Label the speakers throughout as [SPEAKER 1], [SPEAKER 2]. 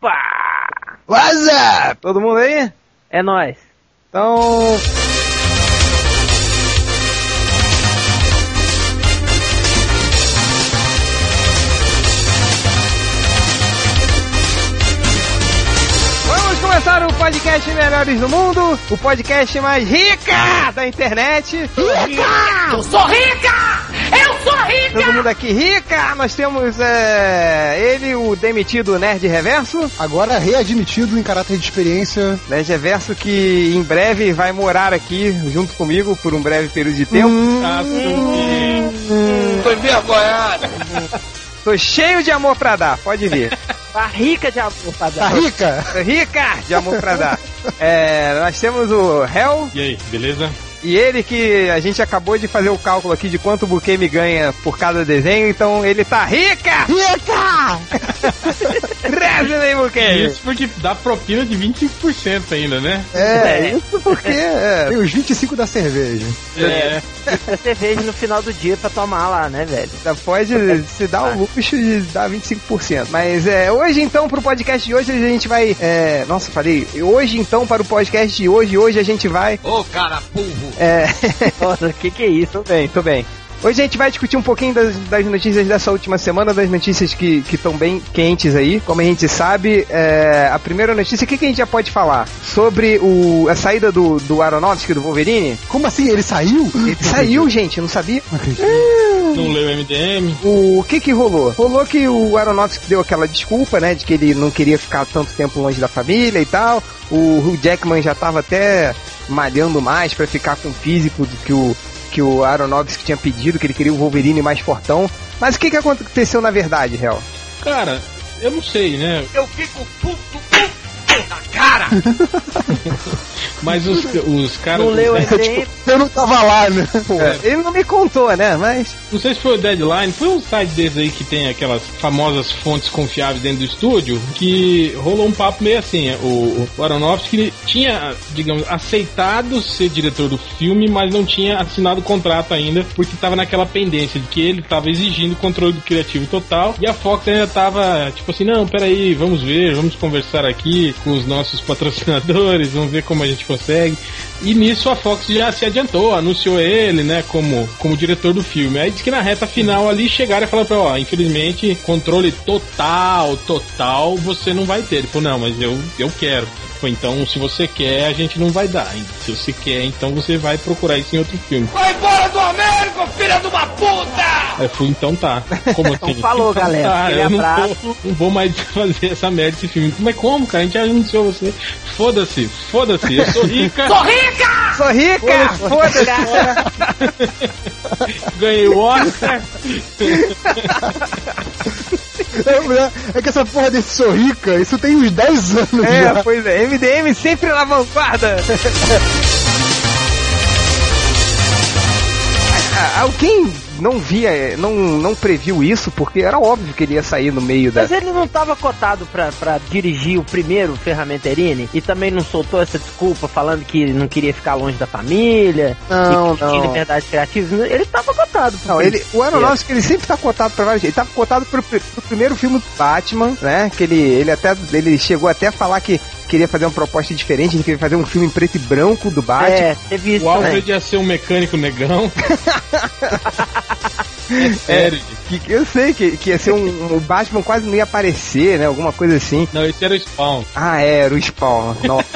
[SPEAKER 1] Opa!
[SPEAKER 2] WhatsApp! Todo mundo aí?
[SPEAKER 1] É nóis.
[SPEAKER 2] Então. Vamos começar o podcast Melhores do Mundo, o podcast mais rica da internet.
[SPEAKER 3] Eu sou rica! Eu sou rica!
[SPEAKER 2] Todo mundo aqui rica! Nós temos é, ele, o demitido Nerd Reverso.
[SPEAKER 4] Agora readmitido em caráter de experiência.
[SPEAKER 2] Nerd Reverso é que em breve vai morar aqui junto comigo por um breve período de tempo.
[SPEAKER 5] Foi vergonhado.
[SPEAKER 2] Tô cheio de amor pra dar, pode vir.
[SPEAKER 1] Barrica de amor,
[SPEAKER 4] Tá
[SPEAKER 1] padrão.
[SPEAKER 4] rica?
[SPEAKER 2] Tô rica de amor pra dar. É, nós temos o Hell
[SPEAKER 5] E aí, beleza?
[SPEAKER 2] e ele que a gente acabou de fazer o cálculo aqui de quanto o Bukemi ganha por cada desenho, então ele tá rica!
[SPEAKER 4] Rica!
[SPEAKER 2] Resident Bukemi!
[SPEAKER 5] Isso porque dá propina de 25% ainda, né?
[SPEAKER 4] É,
[SPEAKER 1] É,
[SPEAKER 4] isso porque é, tem os 25 da cerveja.
[SPEAKER 5] É.
[SPEAKER 1] pra cerveja no final do dia pra tomar lá, né, velho? Ah.
[SPEAKER 2] Ainda Pode se dar o luxo de dar 25%. Mas é, hoje então, pro podcast de hoje, a gente vai. É, nossa, falei. Hoje então, para o podcast de hoje, hoje a gente vai.
[SPEAKER 5] Ô, cara burro.
[SPEAKER 2] É,
[SPEAKER 1] Nossa, que que é isso?
[SPEAKER 2] tô bem, tô bem. Hoje a gente vai discutir um pouquinho das, das notícias dessa última semana, das notícias que estão bem quentes aí. Como a gente sabe, é, a primeira notícia, o que, que a gente já pode falar? Sobre o, a saída do, do Aronofsky, do Wolverine?
[SPEAKER 4] Como assim? Ele saiu?
[SPEAKER 2] Ele saiu, gente, eu não sabia.
[SPEAKER 4] Não acredito.
[SPEAKER 5] Não leu MDM?
[SPEAKER 2] O que que rolou? Rolou que o Aronofsky deu aquela desculpa, né, de que ele não queria ficar tanto tempo longe da família e tal. O Hugh Jackman já tava até malhando mais pra ficar com o físico do que o que o Aronofsky tinha pedido, que ele queria o Wolverine mais fortão. Mas o que que aconteceu na verdade, Hel?
[SPEAKER 5] Cara, eu não sei, né?
[SPEAKER 3] Eu fico puto, puto na cara!
[SPEAKER 5] Mas os, os caras.
[SPEAKER 1] Não leu
[SPEAKER 5] é,
[SPEAKER 1] MDM?
[SPEAKER 4] Eu não tava lá, né?
[SPEAKER 5] É.
[SPEAKER 2] Ele não me contou, né, mas
[SPEAKER 5] Não sei se foi o Deadline, foi um site desses aí que tem aquelas famosas fontes confiáveis dentro do estúdio, que rolou um papo meio assim. O, o Aronofsky ele tinha, digamos, aceitado ser diretor do filme, mas não tinha assinado o contrato ainda, porque tava naquela pendência de que ele tava exigindo controle do criativo total, e a Fox ainda tava, tipo assim, não, peraí, vamos ver, vamos conversar aqui com os nossos patrocinadores, vamos ver como a gente consegue. E nisso a Fox já se adiantou, anunciou ele, né, como, como diretor do filme. Aí diz que na reta final ali chegaram e falaram pra ele, ó, infelizmente, controle total, total, você não vai ter. Ele falou, não, mas eu, eu quero. Ou então, se você quer, a gente não vai dar. Se você quer, então você vai procurar isso em outro filme.
[SPEAKER 3] Vai embora do Américo, filha de uma puta!
[SPEAKER 5] Aí eu fui, então tá. Como assim?
[SPEAKER 1] falou,
[SPEAKER 5] Então
[SPEAKER 1] galera.
[SPEAKER 5] tá,
[SPEAKER 1] Aquele
[SPEAKER 5] eu não
[SPEAKER 1] abraço.
[SPEAKER 5] vou, não vou mais fazer essa merda desse filme. Mas como, cara? A gente já anunciou você. Foda-se, foda-se. Eu sou rica.
[SPEAKER 3] Sou rica!
[SPEAKER 2] sou rica, foda-se.
[SPEAKER 5] Ganhei o Oscar.
[SPEAKER 4] É, é que essa porra desse sou rica, isso tem uns 10 anos
[SPEAKER 2] É,
[SPEAKER 4] já.
[SPEAKER 2] pois é, MDM sempre na vanguarda. Ah, Alguém não via, eh, não, não previu isso, porque era óbvio que ele ia sair no meio da.
[SPEAKER 1] Mas ele não tava cotado pra, pra dirigir o primeiro Ferramenterine? E também não soltou essa desculpa falando que não queria ficar longe da família?
[SPEAKER 2] Não,
[SPEAKER 1] e que tinha
[SPEAKER 2] não.
[SPEAKER 1] liberdade criativa? Ele tava cotado. pra
[SPEAKER 2] Não,
[SPEAKER 1] isso.
[SPEAKER 2] ele, o Aronofsky, ele sempre tá cotado pra vários. Ele tava cotado pro, pri- pro primeiro filme do Batman, né? Que ele, ele até ele chegou até a falar que queria fazer uma proposta diferente, ele queria fazer um filme em preto e branco do Batman.
[SPEAKER 1] É, teve isso
[SPEAKER 5] O
[SPEAKER 1] também.
[SPEAKER 5] Alfred ia ser um mecânico negão. é sério. gente.
[SPEAKER 2] Que, que eu sei que, que ia ser um. O Batman quase não ia aparecer, né? Alguma coisa assim.
[SPEAKER 5] Não, esse era o Spawn.
[SPEAKER 2] Ah, é, era o Spawn. Nossa.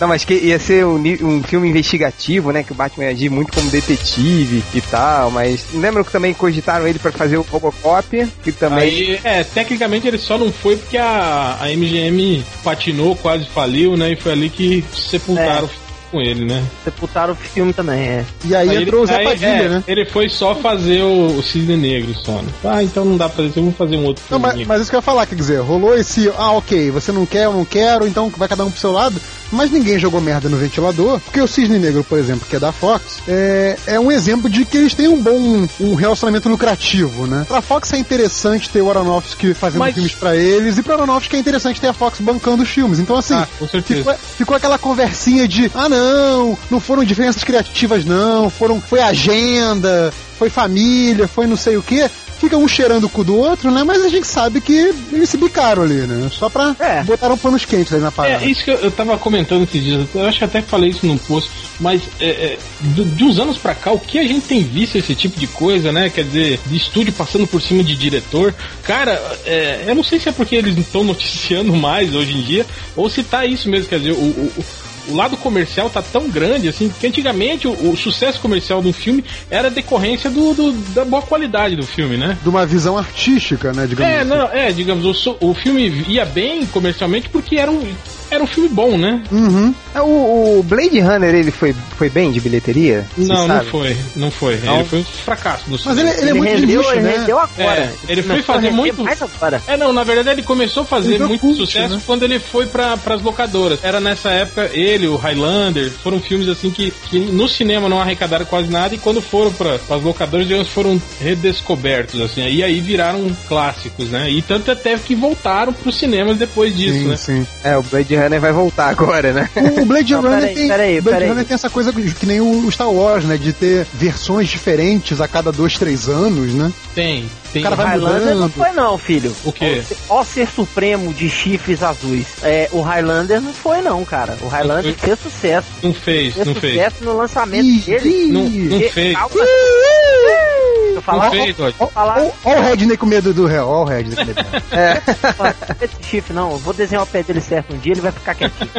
[SPEAKER 2] Não, mas que ia ser um, ni- um filme investigativo, né? Que o Batman ia agir muito como detetive e tal, mas. Lembram que também cogitaram ele pra fazer o Robocop, que também.
[SPEAKER 5] Aí, é, tecnicamente ele só não foi porque a, a MGM patinou, quase faliu, né? E foi ali que sepultaram o filme
[SPEAKER 1] É.
[SPEAKER 5] com ele, né?
[SPEAKER 1] Sepultaram o filme também, é.
[SPEAKER 4] E aí,
[SPEAKER 5] ele-
[SPEAKER 4] entrou o Zé
[SPEAKER 5] aí,
[SPEAKER 4] Padilha,
[SPEAKER 5] é,
[SPEAKER 4] né?
[SPEAKER 5] Ele foi só fazer o, o Cisne Negro só. né? Ah, então não dá pra fazer, vamos fazer um outro
[SPEAKER 4] Não,
[SPEAKER 5] filme.
[SPEAKER 4] mas, mas isso que eu ia falar, quer dizer, rolou esse, ah, ok, você não quer, eu não quero, então vai cada um pro seu lado, mas ninguém jogou merda no ventilador, porque o Cisne Negro, por exemplo, que é da Fox, é, é um exemplo de que eles têm um bom um relacionamento lucrativo, né? Pra Fox é interessante ter o Aronofsky fazendo
[SPEAKER 5] Mas-
[SPEAKER 4] filmes pra eles, e pra Aronofsky é interessante ter a Fox bancando os filmes, então assim...
[SPEAKER 5] Ah, com certeza.
[SPEAKER 4] Ficou, ficou aquela conversinha de ah não, não foram diferenças criativas não, foram foi agenda, foi família, foi não sei o quê. Fica um cheirando o cu do outro, né? Mas a gente sabe que eles se bicaram ali, né? Só pra
[SPEAKER 2] É.
[SPEAKER 4] botar um panos quentes ali na parada.
[SPEAKER 5] É, isso que eu, eu tava comentando esses dias, eu acho que até falei isso num post, mas é, é, do- de uns anos pra cá, o que a gente tem visto esse tipo de coisa, né? Quer dizer, de estúdio passando por cima de diretor. Cara, é, eu não sei se é porque eles não estão noticiando mais hoje em dia, ou se tá isso mesmo, quer dizer, o. o- o- o lado comercial tá tão grande assim que antigamente o, o sucesso comercial de um filme era decorrência do- do, da boa qualidade do filme, né?
[SPEAKER 4] De uma visão artística, né? Digamos
[SPEAKER 5] É,
[SPEAKER 4] assim.
[SPEAKER 5] não, é, digamos, o, so- o filme ia bem comercialmente porque era um, era um filme bom, né?
[SPEAKER 4] Uhum.
[SPEAKER 2] É, O, o Blade Runner, ele foi, foi bem de bilheteria? Você
[SPEAKER 5] não, não
[SPEAKER 2] sabe?
[SPEAKER 5] foi, não foi. Ele foi um fracasso no
[SPEAKER 4] Mas
[SPEAKER 5] cinema.
[SPEAKER 4] ele, ele é
[SPEAKER 1] Ele,
[SPEAKER 4] muito de
[SPEAKER 1] rendeu,
[SPEAKER 4] nicho,
[SPEAKER 1] ele
[SPEAKER 4] né?
[SPEAKER 1] rendeu agora.
[SPEAKER 5] É, ele foi
[SPEAKER 1] Começou
[SPEAKER 5] fazer
[SPEAKER 1] a render
[SPEAKER 5] muito-
[SPEAKER 1] Mais agora.
[SPEAKER 5] É, não, na verdade ele começou a fazer
[SPEAKER 4] Ele é
[SPEAKER 5] muito
[SPEAKER 4] cult,
[SPEAKER 5] sucesso
[SPEAKER 4] né?
[SPEAKER 5] quando ele foi para as locadoras. Era nessa época, ele, o Highlander, foram filmes assim que, que no cinema não arrecadaram quase nada e quando foram para as locadoras, digamos, foram redescobertos, assim. E aí viraram clássicos, né? E tanto até que voltaram para os cinemas depois disso,
[SPEAKER 4] Sim,
[SPEAKER 5] né?
[SPEAKER 4] sim.
[SPEAKER 2] É, o Blade Runner vai voltar agora, né?
[SPEAKER 4] O Blade
[SPEAKER 1] Não,
[SPEAKER 4] Runner
[SPEAKER 1] peraí,
[SPEAKER 4] tem.
[SPEAKER 1] peraí,
[SPEAKER 4] Blade
[SPEAKER 1] peraí.
[SPEAKER 4] Runner tem essa coisa que que nem o Star Wars, né? De ter versões diferentes a cada dois, três anos, né?
[SPEAKER 5] Tem, tem.
[SPEAKER 4] O cara vai
[SPEAKER 1] Highlander não
[SPEAKER 4] mudando.
[SPEAKER 1] foi não, filho.
[SPEAKER 5] O quê?
[SPEAKER 1] Ó ser supremo de chifres azuis. É, o Highlander não foi não, cara. O Highlander fez sucesso.
[SPEAKER 5] Não fez,
[SPEAKER 1] Fez
[SPEAKER 5] não fez.
[SPEAKER 1] sucesso no lançamento
[SPEAKER 4] Ih,
[SPEAKER 1] dele.
[SPEAKER 4] ih,
[SPEAKER 5] Não, não
[SPEAKER 1] E-
[SPEAKER 5] fez.
[SPEAKER 1] Calma. Deixa eu falar,
[SPEAKER 5] Não fez, Dodge.
[SPEAKER 4] Ó,
[SPEAKER 1] falar-
[SPEAKER 4] ó, ó o Redney com medo do réu, ó o Redney com medo. do réu.
[SPEAKER 1] Olha, esse chifre não, eu vou desenhar o pé dele certo um dia, ele vai ficar quietinho.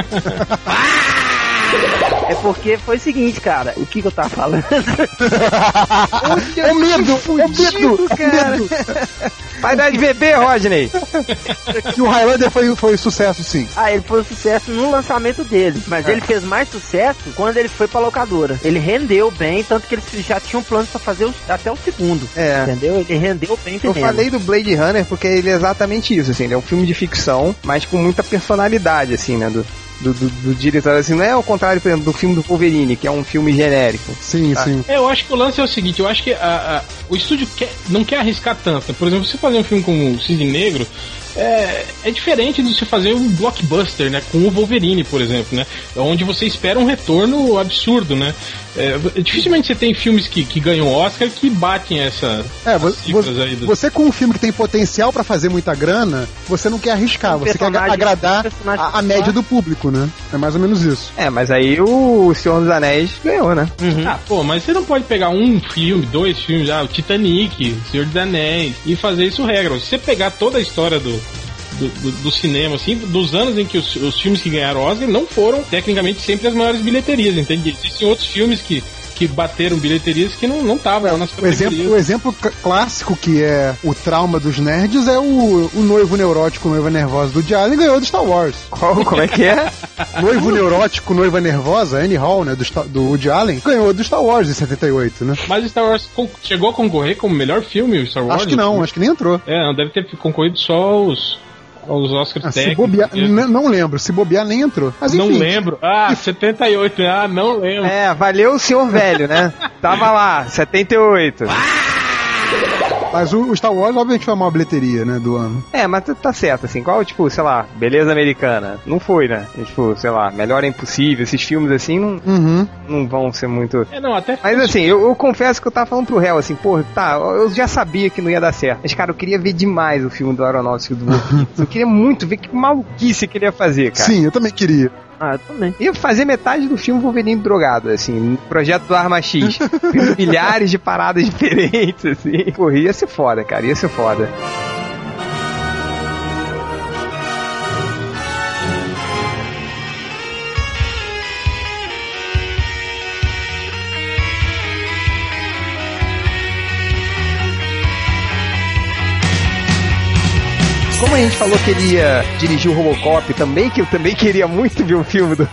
[SPEAKER 1] é porque foi o seguinte, cara, o que, que eu tava falando?
[SPEAKER 4] é medo, é medo, é
[SPEAKER 2] cara.
[SPEAKER 4] medo.
[SPEAKER 2] Vai dar de beber, Rodney.
[SPEAKER 4] E o Highlander foi, foi sucesso, sim.
[SPEAKER 1] Ah, ele foi um sucesso no lançamento dele, mas
[SPEAKER 2] É.
[SPEAKER 1] ele fez mais sucesso quando ele foi pra locadora. Ele rendeu bem, tanto que eles já tinham planos pra fazer os- até o segundo.
[SPEAKER 2] É.
[SPEAKER 1] Entendeu? Ele rendeu bem
[SPEAKER 2] Eu
[SPEAKER 1] cinema.
[SPEAKER 2] falei do Blade Runner porque ele é exatamente isso, assim, ele é um filme de ficção, mas com muita personalidade, assim, né, do, do, do- do diretor, assim, não é ao contrário, por exemplo, do filme do Wolverine, que é um filme genérico.
[SPEAKER 4] Sim,
[SPEAKER 2] Ah.
[SPEAKER 4] sim.
[SPEAKER 5] É, eu acho que o lance é o seguinte, eu acho que a- a- o estúdio quer- não quer arriscar tanto. Por exemplo, você fazer um filme como o Cisne Negro é, é diferente de você fazer um blockbuster, né? Com o Wolverine, por exemplo, né? Onde você espera um retorno absurdo, né? É, dificilmente você tem filmes que, que ganham Oscar que batem essa
[SPEAKER 4] É, vo-
[SPEAKER 5] essas cifras
[SPEAKER 4] vo-
[SPEAKER 5] aí do-
[SPEAKER 4] você com um filme que tem potencial pra fazer muita grana, você não quer arriscar,
[SPEAKER 1] Um
[SPEAKER 4] você quer
[SPEAKER 1] personagem- um
[SPEAKER 4] agradar
[SPEAKER 1] personagem
[SPEAKER 4] a, a média do público, né? É mais ou menos isso.
[SPEAKER 2] É, mas aí o Senhor dos Anéis ganhou, né?
[SPEAKER 4] Hum?
[SPEAKER 5] Ah, pô, mas você não pode pegar um filme, dois filmes, ah, o Titanic, Senhor dos Anéis, e fazer isso regra. Se você pegar toda a história do, do, do- do cinema, assim, dos anos em que os, os filmes que ganharam Oscar não foram, tecnicamente, sempre as maiores bilheterias, entende? Existem outros filmes que, que bateram bilheterias que não estavam nas
[SPEAKER 4] O exemplo, o exemplo cl- clássico que é o trauma dos nerds é o, o noivo neurótico, noiva nervosa do Diário ganhou do Star Wars.
[SPEAKER 2] Qual, como é que é?
[SPEAKER 4] Noivo neurótico, noiva nervosa, Annie Hall, né, do, Sta- do Woody Allen, ganhou do Star Wars em 78, né?
[SPEAKER 5] Mas Star Wars con- chegou a concorrer como melhor filme, o Star Wars?
[SPEAKER 4] Acho que não, acho que nem entrou.
[SPEAKER 5] É, não, deve ter concorrido só aos, aos Oscars
[SPEAKER 4] Ah, se
[SPEAKER 5] técnicos.
[SPEAKER 4] bobear,
[SPEAKER 5] né?
[SPEAKER 4] n- não lembro, se bobear nem entrou. Mas enfim,
[SPEAKER 5] Não lembro. Ah, 78. Ah, não lembro.
[SPEAKER 2] É, valeu o Senhor Velho, né? Tava lá, 78.
[SPEAKER 4] Mas o, o Star Wars obviamente foi a maior bilheteria, né, do ano.
[SPEAKER 2] É, mas tá- tá certo, assim, qual, tipo, sei lá, Beleza Americana? Não foi, né? Tipo, sei lá, Melhor é Impossível, esses filmes, assim, não,
[SPEAKER 4] Uhum.
[SPEAKER 2] não vão ser muito...
[SPEAKER 5] É, não, até
[SPEAKER 2] Mas assim, eu, eu confesso que eu tava falando pro réu, assim, pô, tá, eu já sabia que não ia dar certo. Mas, cara, eu queria ver demais o filme do Aeronautica do Wolverine. Eu queria muito ver que maluquice que ele ia fazer, cara.
[SPEAKER 4] Sim, eu também queria.
[SPEAKER 1] Ah, eu também.
[SPEAKER 2] Ia fazer metade do filme Wolverine drogado, assim, no projeto do Arma X. Milhares de paradas diferentes, assim. Pô, ia ser foda, cara, ia ser foda. Como a gente falou que ele ia dirigir o Robocop também, que eu também queria muito ver o filme do,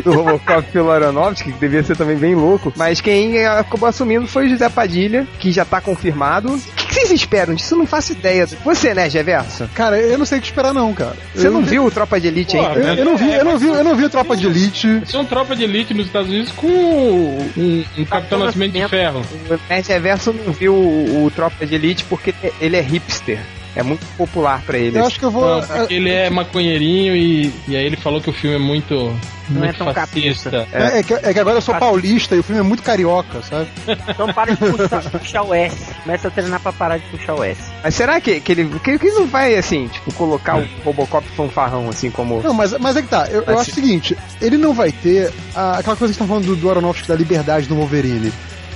[SPEAKER 2] do Robocop pelo Aronofsky, que devia ser também bem louco, mas quem acabou assumindo foi o José Padilha, que já tá confirmado. O que, que vocês esperam disso? Eu não faço ideia. Você, né, Geverso?
[SPEAKER 4] Cara, eu não sei o que esperar não, né? cara.
[SPEAKER 2] Você
[SPEAKER 4] eu
[SPEAKER 2] não viu o Tropa de Elite
[SPEAKER 5] Pô,
[SPEAKER 2] ainda? né?
[SPEAKER 4] Eu, eu não vi, eu não vi, eu não vi a Tropa de Elite.
[SPEAKER 5] São é tropa de elite nos Estados Unidos com um, um Capitão Nascimento de Ferro.
[SPEAKER 2] Né, O Nerd Reverso não viu o, o Tropa de Elite porque ele é hipster. É muito popular pra ele.
[SPEAKER 4] Eu acho que eu vou.
[SPEAKER 5] Não,
[SPEAKER 4] é-
[SPEAKER 5] porque ele é maconheirinho e, e aí ele falou que o filme é muito,
[SPEAKER 1] Não é
[SPEAKER 5] muito
[SPEAKER 1] tão
[SPEAKER 5] fascista.
[SPEAKER 4] é, é que, é que agora eu sou paulista e o filme é muito carioca, sabe?
[SPEAKER 1] Então para de puxar, puxar o S. Começa a treinar pra parar de puxar o S.
[SPEAKER 2] Mas será que, que ele. Que, que ele não vai, assim, tipo, colocar o Robocop fanfarrão, assim, como.
[SPEAKER 4] É. Não, mas, mas é que tá. Eu, eu
[SPEAKER 2] Mas
[SPEAKER 4] acho o seguinte: ele não vai ter a- aquela coisa que estão falando do, do Aronofsky, da liberdade do Wolverine.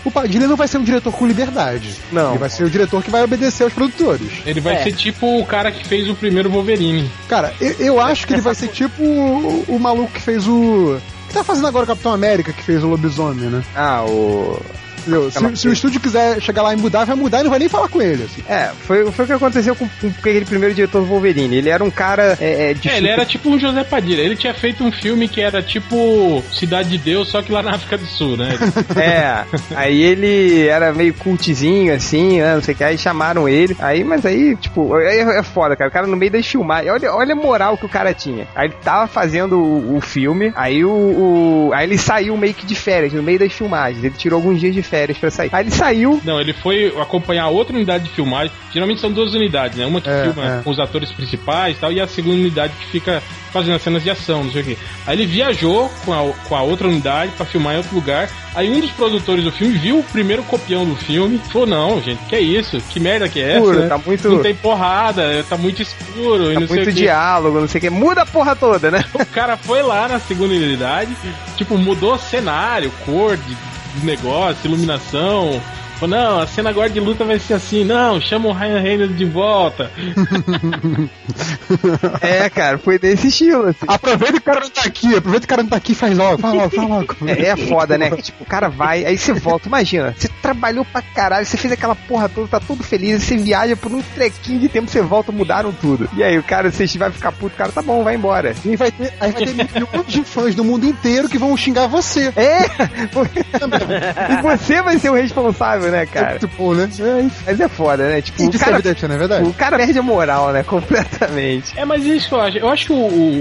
[SPEAKER 4] O Padilha não vai ser um diretor com liberdade.
[SPEAKER 2] Não.
[SPEAKER 4] Ele vai ser o diretor que vai obedecer aos produtores.
[SPEAKER 5] Ele vai
[SPEAKER 1] É.
[SPEAKER 5] ser tipo o cara que fez o primeiro Wolverine.
[SPEAKER 4] Cara, eu, eu acho que ele vai ser tipo o, o maluco que fez o. Que tá fazendo agora o Capitão América, que fez o lobisomem, né?
[SPEAKER 2] Ah, o.
[SPEAKER 4] Entendeu? Se,
[SPEAKER 2] Aquela-
[SPEAKER 4] se o estúdio quiser chegar lá e mudar, vai mudar e não vai nem falar com ele. assim.
[SPEAKER 2] É, foi, foi o que aconteceu com, com aquele primeiro diretor do Wolverine. Ele era um cara é, é, de
[SPEAKER 5] É, ele era tipo um José Padilha. Ele tinha feito um filme que era tipo Cidade de Deus, só que lá na África do Sul, né?
[SPEAKER 2] É, aí ele era meio cultizinho, assim, né, não sei o que, aí chamaram ele, aí, mas aí, tipo, aí é, é foda, cara, o cara no meio das filmagens, olha, olha a moral que o cara tinha. Aí ele tava fazendo o, o filme, aí o, o- aí ele saiu meio que de férias, no meio das filmagens, ele tirou alguns dias de férias pra sair. Aí ele saiu,
[SPEAKER 5] Não, ele foi acompanhar outra unidade de filmagem. Geralmente são duas unidades, né? Uma que
[SPEAKER 4] É,
[SPEAKER 5] filma
[SPEAKER 4] é.
[SPEAKER 5] com os atores principais e tal, e a segunda unidade que fica fazendo as cenas de ação, não sei o quê. Aí ele viajou com a, com a outra unidade pra filmar em outro lugar. Aí um dos produtores do filme viu o primeiro copião do filme e falou: Não, gente, que é isso? Que merda que é essa?
[SPEAKER 2] puro,
[SPEAKER 5] né?
[SPEAKER 2] tá
[SPEAKER 5] Não
[SPEAKER 2] muito,
[SPEAKER 5] tem porrada, é, tá muito escuro e
[SPEAKER 2] tá
[SPEAKER 5] não sei
[SPEAKER 2] muito
[SPEAKER 5] o quê.
[SPEAKER 2] diálogo, não sei o que, muda a porra toda, né?
[SPEAKER 5] O cara foi lá na segunda unidade, tipo, mudou cenário, cor de de negócio, iluminação. Falou, não, a cena agora de luta vai ser assim, não, chama o Ryan Reynolds de volta.
[SPEAKER 2] É, cara, foi desse estilo, assim.
[SPEAKER 4] Aproveita que o cara não tá aqui, aproveita que o cara não tá aqui e faz logo. Faz logo, faz logo.
[SPEAKER 2] É, é foda, né? Que, Tipo, o cara vai, aí você volta. Imagina, você trabalhou pra caralho, você fez aquela porra toda, tá todo feliz, você viaja por um trequinho de tempo, você volta, mudaram tudo. E aí o cara, você vai ficar puto, o cara, tá bom, vai embora.
[SPEAKER 4] E vai ter, aí vai ter milhões de fãs do mundo inteiro que vão xingar você. né?
[SPEAKER 2] É! e você vai ser o responsável, né, cara?
[SPEAKER 4] Tipo, né? É isso.
[SPEAKER 2] Mas é foda, né? Tipo,
[SPEAKER 4] E
[SPEAKER 2] o
[SPEAKER 4] de
[SPEAKER 2] cara,
[SPEAKER 4] servidente, não é verdade?
[SPEAKER 2] o cara perde a moral, né? Completamente.
[SPEAKER 5] É, mas isso que eu acho. Eu acho que o,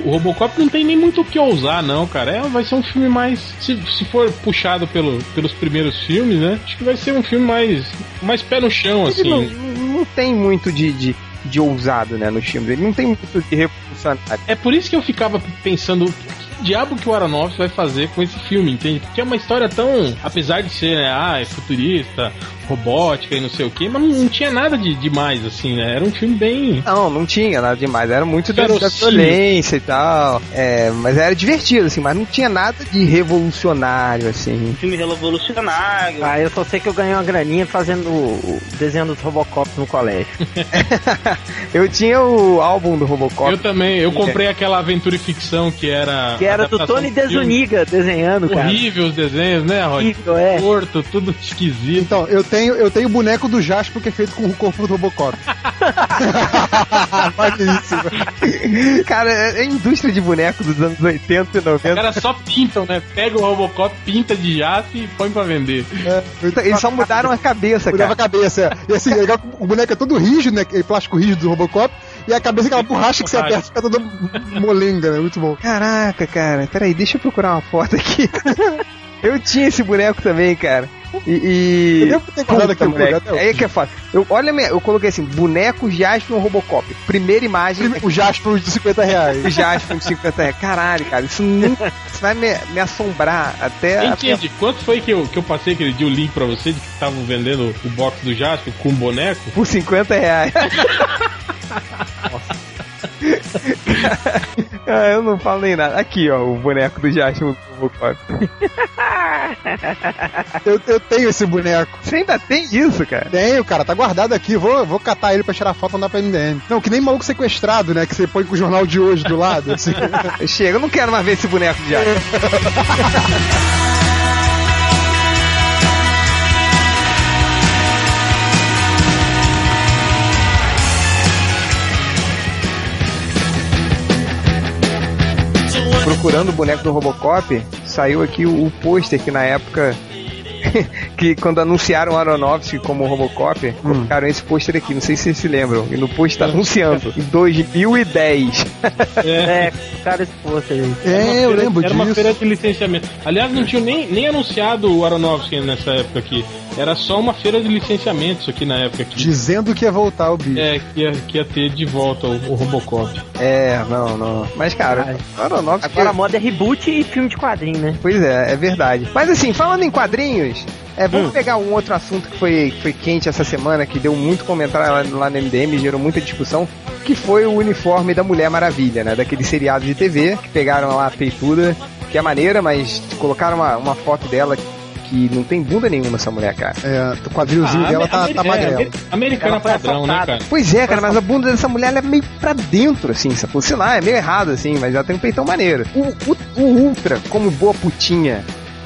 [SPEAKER 5] o Robocop não tem nem muito o que ousar, não, cara. É, vai ser um filme mais. Se, se for puxado pelo, pelos primeiros filmes, né? Acho que vai ser um filme mais. mais pé no chão,
[SPEAKER 2] Ele não,
[SPEAKER 5] assim.
[SPEAKER 2] não tem muito de. de de ousado, né, nos filmes. Ele não tem muito de revolucionário.
[SPEAKER 5] É por isso que eu ficava pensando que diabo que o Aronofsky vai fazer com esse filme, entende? Porque é uma história tão, apesar de ser, né, ah, é futurista, robótica e não sei o quê, mas não, não tinha nada de demais assim, né? Era um filme bem
[SPEAKER 2] Não, não tinha nada demais. Era muito da, da
[SPEAKER 5] Verossímil.
[SPEAKER 2] violência e tal. É, mas era divertido, assim, mas não tinha nada de revolucionário, assim.
[SPEAKER 6] filme revolucionário.
[SPEAKER 1] Ah, eu só sei que eu ganhei uma graninha fazendo o o desenho dos Robocop no colégio.
[SPEAKER 2] Eu tinha o álbum do Robocop.
[SPEAKER 5] Eu também, eu comprei aquela aventura e ficção que era
[SPEAKER 1] Que era do
[SPEAKER 5] adaptação
[SPEAKER 1] Tony
[SPEAKER 5] de filme.
[SPEAKER 1] Desuniga desenhando, cara.
[SPEAKER 5] Horrível os desenhos, né, Rod?
[SPEAKER 1] Horrível, é.
[SPEAKER 5] Torto, tudo esquisito.
[SPEAKER 4] Então, eu tenho eu tenho o boneco do Jasper que é feito com o corpo do Robocop. Olha isso.
[SPEAKER 2] Cara, é é a indústria de boneco dos anos 80 e
[SPEAKER 5] Os
[SPEAKER 2] 90.
[SPEAKER 5] caras só pintam, né? Pega o Robocop, pinta de jato e põe pra vender.
[SPEAKER 4] É,
[SPEAKER 2] Então, Eles só mudaram a cabeça,
[SPEAKER 4] Mudava a
[SPEAKER 2] cara.
[SPEAKER 4] cabeça. é. E assim, é legal que o boneco é todo rígido, né? Aquele plástico rígido do Robocop. E a cabeça é aquela borracha que você aperta fica toda molenga, né? Muito bom.
[SPEAKER 2] Caraca, cara. Peraí, deixa eu procurar uma foto aqui. eu tinha esse boneco também, cara. E.
[SPEAKER 4] Eu
[SPEAKER 2] e...
[SPEAKER 4] devo ter guardado aquele
[SPEAKER 2] Puta,
[SPEAKER 4] um boneco
[SPEAKER 2] moleque.
[SPEAKER 4] até hoje.
[SPEAKER 2] Aí que é foda. Eu, olha, minha- eu coloquei assim: boneco Jasper Robocop. Primeira imagem.
[SPEAKER 4] O Jasper de 50 reais.
[SPEAKER 2] O Jasper de 50 reais. Caralho, cara, isso, nunca, isso vai me, me assombrar
[SPEAKER 4] É,
[SPEAKER 2] até.
[SPEAKER 4] assim,
[SPEAKER 2] até-
[SPEAKER 5] Entende? Quanto foi que é? eu, que eu passei aquele dia o link pra você de que estavam vendendo o box do Jasper com o boneco?
[SPEAKER 2] por 50 reais. ah, eu não falo nem nada. Aqui, ó, o boneco do Jasper do Robocop.
[SPEAKER 4] Eu, eu tenho esse boneco.
[SPEAKER 2] Você ainda tem isso, cara?
[SPEAKER 4] Tenho, cara, tá guardado aqui. Vou, vou catar ele pra tirar foto e mandar pra MDM. Não, que nem maluco sequestrado, né? Que você põe com o jornal de hoje do lado. Assim.
[SPEAKER 2] Chega, eu não quero mais ver esse boneco de Jasper. Procurando o boneco do Robocop, saiu aqui o, o pôster que na época. que quando anunciaram o Aronofsky como Robocop, colocaram esse pôster aqui, não sei se vocês se lembram. E no pôster tá anunciando, em 2010.
[SPEAKER 1] É, cara esforço aí.
[SPEAKER 4] É, eu
[SPEAKER 5] feira-
[SPEAKER 4] lembro
[SPEAKER 5] Era
[SPEAKER 4] disso.
[SPEAKER 5] uma feira de licenciamento. Aliás, não tinha nem, nem anunciado o Aronofsky nessa época aqui. Era só uma feira de licenciamento isso aqui na época aqui.
[SPEAKER 4] Dizendo que ia voltar o bicho.
[SPEAKER 5] É, que ia, que ia ter de volta o, o Robocop.
[SPEAKER 2] É, não, não. Mas, cara, Aronofsky...
[SPEAKER 1] Agora a moda é reboot e filme de quadrinho, né?
[SPEAKER 2] Pois é, é verdade. Mas assim, falando em quadrinhos, é bom
[SPEAKER 1] Hum.
[SPEAKER 2] pegar um outro assunto que foi, que foi quente essa semana, que deu muito comentário lá, lá no MDM, gerou muita discussão, que foi o uniforme da Mulher Maravilha, né? Daquele seriado de TV, que pegaram lá a peituda, que é maneira, mas colocaram uma, uma foto dela que não tem bunda nenhuma essa mulher, cara.
[SPEAKER 4] É, o quadrilzinho
[SPEAKER 5] Ah,
[SPEAKER 4] dela
[SPEAKER 5] amer-
[SPEAKER 4] tá,
[SPEAKER 5] amer-
[SPEAKER 4] tá
[SPEAKER 5] é,
[SPEAKER 4] magrelo.
[SPEAKER 5] amer- americana
[SPEAKER 1] Ela tá foi
[SPEAKER 5] padrão, né,
[SPEAKER 1] assaltada.
[SPEAKER 5] cara?
[SPEAKER 2] Pois é, cara, mas a bunda dessa mulher ela é meio pra dentro, assim, sacou? Sei lá, é meio errado, assim, mas ela tem um peitão maneiro. O, o- o Ultra, como boa putinha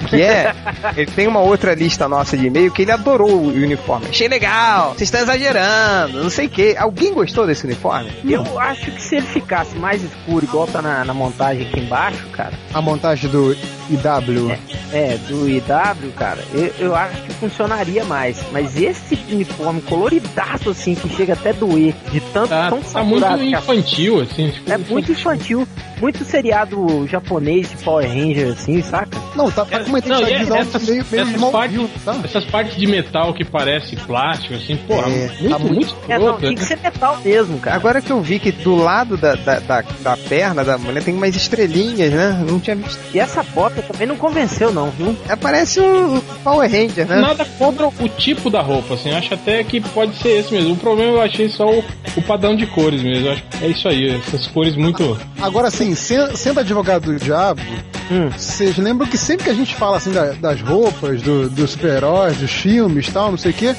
[SPEAKER 2] que é, ele tem uma outra lista nossa de e-mail que ele adorou o uniforme. Achei legal, vocês estão exagerando, não sei o quê. Alguém gostou desse uniforme?
[SPEAKER 1] Eu acho que se ele ficasse mais escuro, igual tá na, na montagem aqui embaixo, cara,
[SPEAKER 4] A montagem do IW.
[SPEAKER 1] é, do IW, cara, eu, eu acho que funcionaria mais. Mas esse uniforme coloridaço, assim, que chega até doer, de tanto,
[SPEAKER 5] Tá,
[SPEAKER 1] tão
[SPEAKER 5] tá muito
[SPEAKER 1] saturado que a
[SPEAKER 5] infantil, assim. ficou
[SPEAKER 1] É muito infantil, muito seriado japonês de Power Ranger, assim, saca?
[SPEAKER 4] Não, tá, tá com uma
[SPEAKER 5] É, não, e
[SPEAKER 4] tentatividade
[SPEAKER 5] essas-
[SPEAKER 4] meio, meio
[SPEAKER 5] essas
[SPEAKER 4] mal
[SPEAKER 5] partes-
[SPEAKER 4] sabe?
[SPEAKER 5] Essas partes de metal que parece plástico, assim, porra,
[SPEAKER 4] É,
[SPEAKER 5] muito,
[SPEAKER 4] tá muito-
[SPEAKER 5] muito
[SPEAKER 1] É, não,
[SPEAKER 5] escrota.
[SPEAKER 1] tem que ser metal mesmo, cara.
[SPEAKER 2] Agora que eu vi que do lado da, da, da, da perna da mulher tem umas estrelinhas, né? Não tinha visto.
[SPEAKER 1] E essa bota também não convenceu, não, viu?
[SPEAKER 2] É, parece um Power Ranger, né?
[SPEAKER 5] Nada contra o tipo da roupa, assim. eu Acho até que pode ser esse mesmo. O problema eu achei só o, o padrão de cores mesmo. eu Acho que é isso aí, essas cores muito.
[SPEAKER 4] Agora sim, sen- sendo advogado do diabo,
[SPEAKER 1] Hum.
[SPEAKER 4] vocês lembram que sempre que a gente fala assim da- das roupas, do- dos super-heróis, dos filmes e tal, não sei o quê,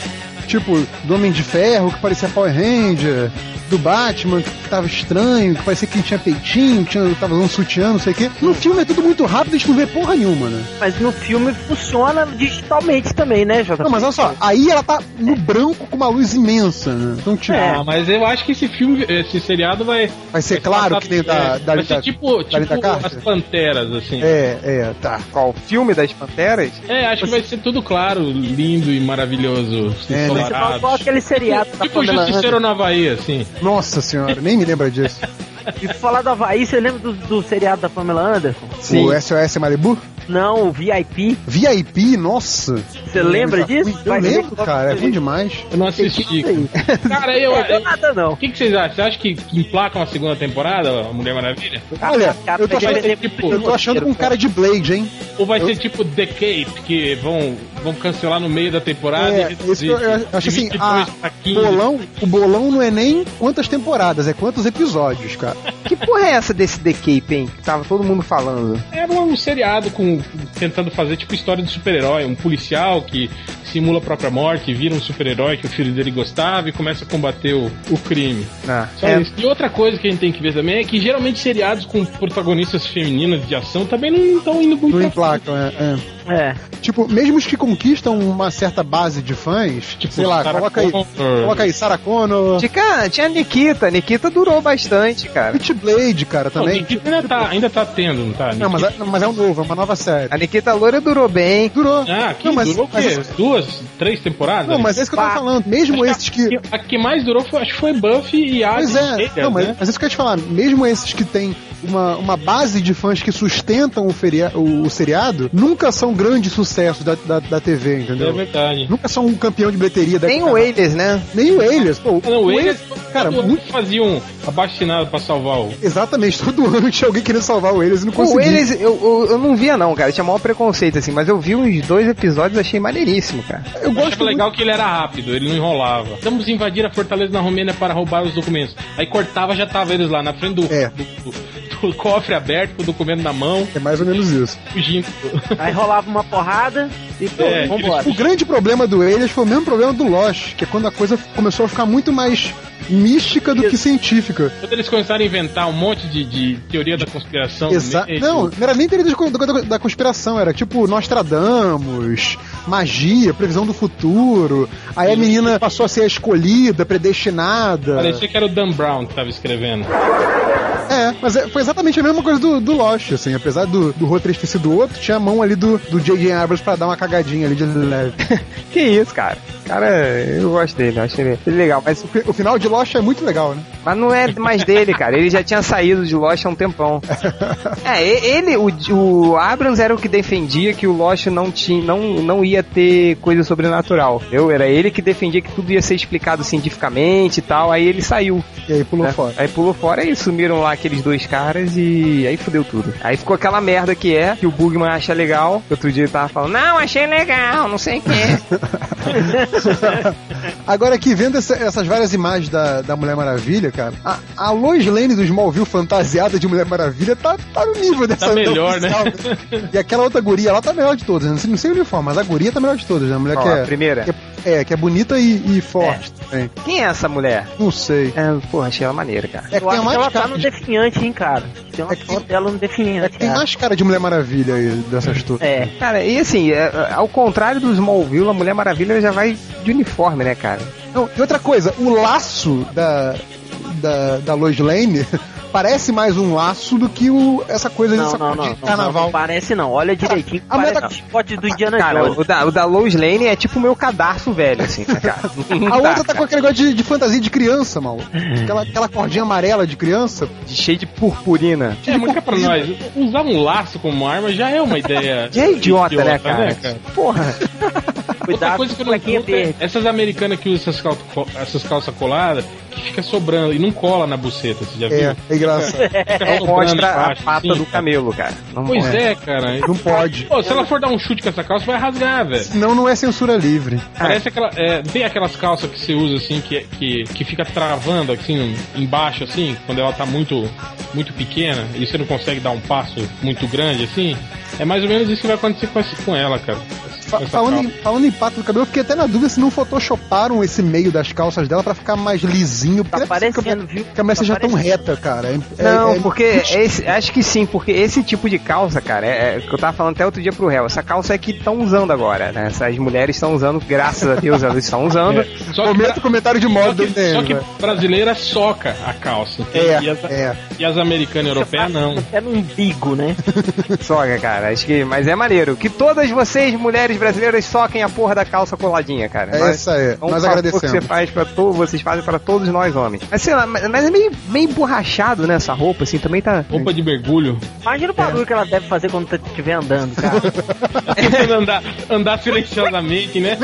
[SPEAKER 4] tipo, do Homem de Ferro, que parecia Power Ranger, do Batman, que tava estranho, que parecia que tinha peitinho, que tinha, tava usando sutiã, não sei o quê. No filme é tudo muito rápido, a gente não vê porra nenhuma, né?
[SPEAKER 1] Mas no filme funciona digitalmente também, né, Jota?
[SPEAKER 4] Não, mas olha só, aí ela tá no branco com uma luz imensa, né? Então, tipo,
[SPEAKER 1] É.
[SPEAKER 5] Ah, mas eu acho que esse filme, esse seriado vai.
[SPEAKER 4] vai ser
[SPEAKER 5] vai
[SPEAKER 4] claro
[SPEAKER 5] passar-
[SPEAKER 4] que tem da...
[SPEAKER 5] é,
[SPEAKER 4] da,
[SPEAKER 5] vai ser
[SPEAKER 4] da-
[SPEAKER 5] tipo,
[SPEAKER 4] da Linda
[SPEAKER 5] tipo
[SPEAKER 4] Carter?
[SPEAKER 5] as panteras, assim. É.
[SPEAKER 4] É, é, tá.
[SPEAKER 2] Qual? O filme das Panteras?
[SPEAKER 5] acho que vai ser tudo claro, lindo e maravilhoso.
[SPEAKER 4] É,
[SPEAKER 1] Vai ser
[SPEAKER 5] ensolarado.
[SPEAKER 1] igual aquele seriado
[SPEAKER 4] tá
[SPEAKER 1] da
[SPEAKER 5] Tipo o
[SPEAKER 1] Pamela
[SPEAKER 5] Justiceiro na Havaí, assim.
[SPEAKER 4] Nossa senhora, nem me lembra disso.
[SPEAKER 1] Anderson. E falar da Havaí, você lembra do, do seriado da Pamela Anderson?
[SPEAKER 4] O SOS Malibu?
[SPEAKER 1] Não, o VIP.
[SPEAKER 4] VIP, nossa.
[SPEAKER 1] Você lembra disso?
[SPEAKER 4] Eu
[SPEAKER 1] Vai ver
[SPEAKER 4] lembro,
[SPEAKER 1] qual
[SPEAKER 4] cara, é
[SPEAKER 1] que
[SPEAKER 4] bom demais.
[SPEAKER 5] Eu não assisti.
[SPEAKER 1] Isso
[SPEAKER 5] Cara, eu.
[SPEAKER 1] Não deu
[SPEAKER 5] eu-
[SPEAKER 1] nada, não.
[SPEAKER 5] O que, que vocês acham? Você acha que que emplacam a segunda temporada, a Mulher Maravilha?
[SPEAKER 4] Olha, eu tô
[SPEAKER 5] Vai
[SPEAKER 4] achando,
[SPEAKER 5] ser tipo.
[SPEAKER 4] eu tô achando um com cara de Blade, hein?
[SPEAKER 5] Ou vai
[SPEAKER 4] Eu-
[SPEAKER 5] ser tipo The Cape, que vão, vão cancelar no meio da temporada
[SPEAKER 4] É, isso que eu, eu acho
[SPEAKER 5] de
[SPEAKER 4] assim,
[SPEAKER 5] 22
[SPEAKER 4] a
[SPEAKER 5] pra 15.
[SPEAKER 4] bolão, o bolão não é nem quantas temporadas, é quantos episódios, cara.
[SPEAKER 2] Que porra é essa desse The Cape, hein? Que tava todo mundo falando.
[SPEAKER 5] Era um seriado com tentando fazer tipo história de super-herói, um policial que simula a própria morte, vira um super-herói que o filho dele gostava e começa a combater o, o crime.
[SPEAKER 2] Ah,
[SPEAKER 5] Só
[SPEAKER 4] É.
[SPEAKER 5] isso. E outra coisa que a gente tem que ver também é que geralmente seriados com protagonistas femininas de ação também não estão indo muito
[SPEAKER 4] Não
[SPEAKER 5] pra
[SPEAKER 4] emplacam, é, é.
[SPEAKER 1] É.
[SPEAKER 4] Tipo, mesmo os que conquistam uma certa base de fãs,
[SPEAKER 5] Tipo,
[SPEAKER 4] sei lá,
[SPEAKER 5] Sarah
[SPEAKER 4] coloca aí,
[SPEAKER 5] Connor.
[SPEAKER 4] coloca aí Sarah Connor,
[SPEAKER 2] Tinha, tinha a Nikita, a Nikita durou bastante, cara.
[SPEAKER 4] Blade, cara,
[SPEAKER 5] Não,
[SPEAKER 4] também.
[SPEAKER 5] Nikita ainda tá, ainda tá tendo, não tá?
[SPEAKER 4] Não, mas, é- mas é um novo, é uma nova série.
[SPEAKER 2] A Nikita Loura durou bem.
[SPEAKER 4] Durou.
[SPEAKER 5] Ah, que
[SPEAKER 4] Não, mas-
[SPEAKER 5] durou o quê?
[SPEAKER 4] mas-
[SPEAKER 5] Duas, três temporadas?
[SPEAKER 4] Não, mas é isso que eu tava
[SPEAKER 1] Pá.
[SPEAKER 4] falando. Mesmo esses que
[SPEAKER 5] A que mais durou foi, acho que foi Buffy e Adam
[SPEAKER 4] Pois é, não,
[SPEAKER 5] né?
[SPEAKER 4] mas, mas isso que eu ia te falar, mesmo esses que têm uma, uma base de fãs que sustentam o, feria, o, o seriado, nunca são grandes sucessos da, da, da TV,
[SPEAKER 5] É
[SPEAKER 4] entendeu?
[SPEAKER 5] verdade.
[SPEAKER 4] Nunca são um campeão de bilheteria da
[SPEAKER 2] Nem o Wailers, né?
[SPEAKER 4] Nem o Elias, pô.
[SPEAKER 5] Não,
[SPEAKER 4] o
[SPEAKER 5] eles,
[SPEAKER 4] Elias, é- cara,
[SPEAKER 5] todo
[SPEAKER 4] muito.
[SPEAKER 5] ano faziam abaixinado um pra salvar o.
[SPEAKER 4] Exatamente, todo ano tinha alguém querendo salvar o Elias e não
[SPEAKER 2] O
[SPEAKER 4] conseguia.
[SPEAKER 2] Wailers, eu, eu, eu não via não, cara. Tinha maior preconceito, assim. Mas eu vi uns dois episódios e achei maneiríssimo, cara.
[SPEAKER 4] Eu
[SPEAKER 5] Eu
[SPEAKER 4] gosto muito-
[SPEAKER 5] achava legal que ele era rápido, ele não enrolava. Vamos invadir a fortaleza na Romênia para roubar os documentos. Aí cortava, já tava eles lá na frente do,
[SPEAKER 4] É.
[SPEAKER 5] do, do- do cofre aberto, com o documento na mão,
[SPEAKER 4] É mais ou menos isso.
[SPEAKER 5] fugindo.
[SPEAKER 1] Aí rolava uma porrada e pô,
[SPEAKER 5] É,
[SPEAKER 1] vambora.
[SPEAKER 4] O grande problema do Elias foi o mesmo problema do Lost, que é quando a coisa começou a ficar muito mais mística do que científica.
[SPEAKER 5] Quando eles começaram a inventar um monte de, de teoria da conspiração. no
[SPEAKER 4] Exa
[SPEAKER 5] meio,
[SPEAKER 4] não, não era nem teoria da, con- da- da conspiração, era tipo Nostradamus, magia, previsão do futuro. Aí a menina passou a ser a escolhida, predestinada.
[SPEAKER 5] Parecia que era o Dan Brown que tava escrevendo.
[SPEAKER 4] É, mas é- foi exatamente a mesma coisa do, do Lost, assim. Apesar do, do roteiro ter sido outro, tinha a mão ali do do J.J. Abrams pra dar uma cagadinha ali de leve.
[SPEAKER 2] Que isso, cara. cara, eu gosto dele, eu acho ele ele legal. Mas,
[SPEAKER 4] O, fi- o final de Lost é muito legal, né?
[SPEAKER 2] mas não é mais dele, cara. Ele já tinha saído de Lost há um tempão. É, e- ele, o, o Abrams era o que defendia que o Lost não tinha, não, não ia ter coisa sobrenatural. Eu era ele que defendia que tudo ia ser explicado cientificamente e tal. Aí ele saiu.
[SPEAKER 4] E aí pulou
[SPEAKER 2] né?
[SPEAKER 4] fora.
[SPEAKER 2] Aí pulou fora e sumiram lá aqueles dois caras e aí fudeu tudo. Aí ficou aquela merda que é, que o Bugman acha legal. Outro dia ele tava falando, não, achei legal, não sei o quê.
[SPEAKER 4] Agora aqui, vendo essa- essas várias imagens da, da Mulher Maravilha, cara, a, a Lois Lane do Smallville fantasiada de Mulher Maravilha tá, tá no nível dessa da
[SPEAKER 5] melhor,
[SPEAKER 4] oficial, né? E aquela outra guria lá tá melhor de todas, né? Não sei o uniforme, mas a guria tá melhor de todas, né? A mulher
[SPEAKER 2] Ó,
[SPEAKER 4] que,
[SPEAKER 2] a
[SPEAKER 4] é,
[SPEAKER 2] primeira.
[SPEAKER 4] que é, é, que é bonita e, e forte também.
[SPEAKER 2] Quem é essa mulher?
[SPEAKER 4] Não sei.
[SPEAKER 2] É, porra, achei ela maneira, cara.
[SPEAKER 4] É que tem
[SPEAKER 1] Eu acho que
[SPEAKER 4] mais
[SPEAKER 1] ela tá
[SPEAKER 4] cara
[SPEAKER 1] no
[SPEAKER 4] de-
[SPEAKER 1] definhante, hein, cara. Tem uma
[SPEAKER 4] É que-
[SPEAKER 1] foto dela no
[SPEAKER 4] é
[SPEAKER 1] definhante,
[SPEAKER 4] que tem
[SPEAKER 1] cara.
[SPEAKER 4] mais cara de Mulher Maravilha aí dessas todas.
[SPEAKER 1] É.
[SPEAKER 2] Cara, e assim, é, é, ao contrário do Smallville, a Mulher Maravilha já vai de uniforme, né, cara?
[SPEAKER 4] Não, e outra coisa, o laço da, da, da Lois Lane parece mais um laço do que o, essa coisa
[SPEAKER 1] Não,
[SPEAKER 4] dessa
[SPEAKER 1] não, não,
[SPEAKER 4] de
[SPEAKER 1] não,
[SPEAKER 4] carnaval.
[SPEAKER 1] não parece não. Olha direitinho.
[SPEAKER 4] A tá mulher
[SPEAKER 1] parece um chicote do Indiana
[SPEAKER 2] Cara,
[SPEAKER 1] Jones.
[SPEAKER 2] o da, o da Lois Lane é tipo o meu cadarço velho, assim, cara.
[SPEAKER 4] A outra tá com aquele negócio de, de fantasia de criança, mal. Aquela, aquela cordinha amarela de criança.
[SPEAKER 2] Cheio tá de purpurina.
[SPEAKER 5] É, mas cá pra nós, usar um laço como arma já é uma ideia.
[SPEAKER 2] E é idiota, né, cara? Porra.
[SPEAKER 5] Outra
[SPEAKER 1] Cuidado
[SPEAKER 5] coisa que
[SPEAKER 1] com
[SPEAKER 5] eu não
[SPEAKER 1] plaquinha
[SPEAKER 5] curto é
[SPEAKER 1] verde.
[SPEAKER 5] essas americanas que usam essas calças essas calça coladas que fica sobrando e não cola na buceta, você já
[SPEAKER 4] É,
[SPEAKER 5] viu?
[SPEAKER 4] é engraçado.
[SPEAKER 5] Fica
[SPEAKER 2] Não
[SPEAKER 5] sobrando
[SPEAKER 2] mostra a
[SPEAKER 5] embaixo,
[SPEAKER 2] pata
[SPEAKER 5] assim,
[SPEAKER 2] do
[SPEAKER 5] cara.
[SPEAKER 2] camelo, cara. Não
[SPEAKER 5] Pois
[SPEAKER 2] mostra.
[SPEAKER 5] é, cara.
[SPEAKER 4] Não pode.
[SPEAKER 5] Pô, se ela for dar um chute com essa calça, vai rasgar, velho.
[SPEAKER 4] Senão não é censura livre.
[SPEAKER 5] Parece aquela. é, tem aquelas calças que você usa assim, que, que, que fica travando assim embaixo, assim, quando ela tá muito, muito pequena e você não consegue dar um passo muito grande assim. É mais ou menos isso que vai acontecer com, esse- com ela, cara.
[SPEAKER 4] Fa-
[SPEAKER 5] Essa
[SPEAKER 4] Falando
[SPEAKER 5] calça.
[SPEAKER 4] em, falando em pata do cabelo, eu fiquei até na dúvida se não photoshoparam esse meio das calças dela pra ficar mais lisinho.
[SPEAKER 1] Tá
[SPEAKER 4] Porque
[SPEAKER 1] parecendo, viu? Tá
[SPEAKER 4] que a mulher seja tão reta, cara. É- é-
[SPEAKER 2] Não,
[SPEAKER 4] é-
[SPEAKER 2] porque esse- acho que sim, porque esse tipo de calça, cara, é, é que eu tava falando até outro dia pro réu, essa calça é que estão usando agora, né? Essas mulheres estão usando, graças a Deus elas estão usando.
[SPEAKER 5] É, Só que,
[SPEAKER 4] Comenta o comentário de
[SPEAKER 5] só
[SPEAKER 4] moda do
[SPEAKER 5] que, só
[SPEAKER 4] MDM,
[SPEAKER 5] que
[SPEAKER 4] velho.
[SPEAKER 5] brasileira soca a calça. entende?
[SPEAKER 4] né? É,
[SPEAKER 5] e, as,
[SPEAKER 4] é.
[SPEAKER 5] e as americanas e europeias não.
[SPEAKER 1] Até no umbigo, né?
[SPEAKER 2] Soca, cara, acho que. Mas é maneiro. Que todas vocês, mulheres brasileiras, soquem a porra da calça coladinha, cara.
[SPEAKER 4] É isso aí.
[SPEAKER 2] é um
[SPEAKER 4] Nós
[SPEAKER 2] favor Que você
[SPEAKER 4] agradecemos.
[SPEAKER 2] faz pra to- vocês fazem pra todos nós homens. Mas sei lá, mas mas é meio, meio borrachado, né? Essa roupa, assim, também tá.
[SPEAKER 5] Roupa de mergulho. É.
[SPEAKER 1] Imagina o barulho que ela deve fazer quando t- estiver andando, cara.
[SPEAKER 5] Tentando andar, andar silenciosamente, né?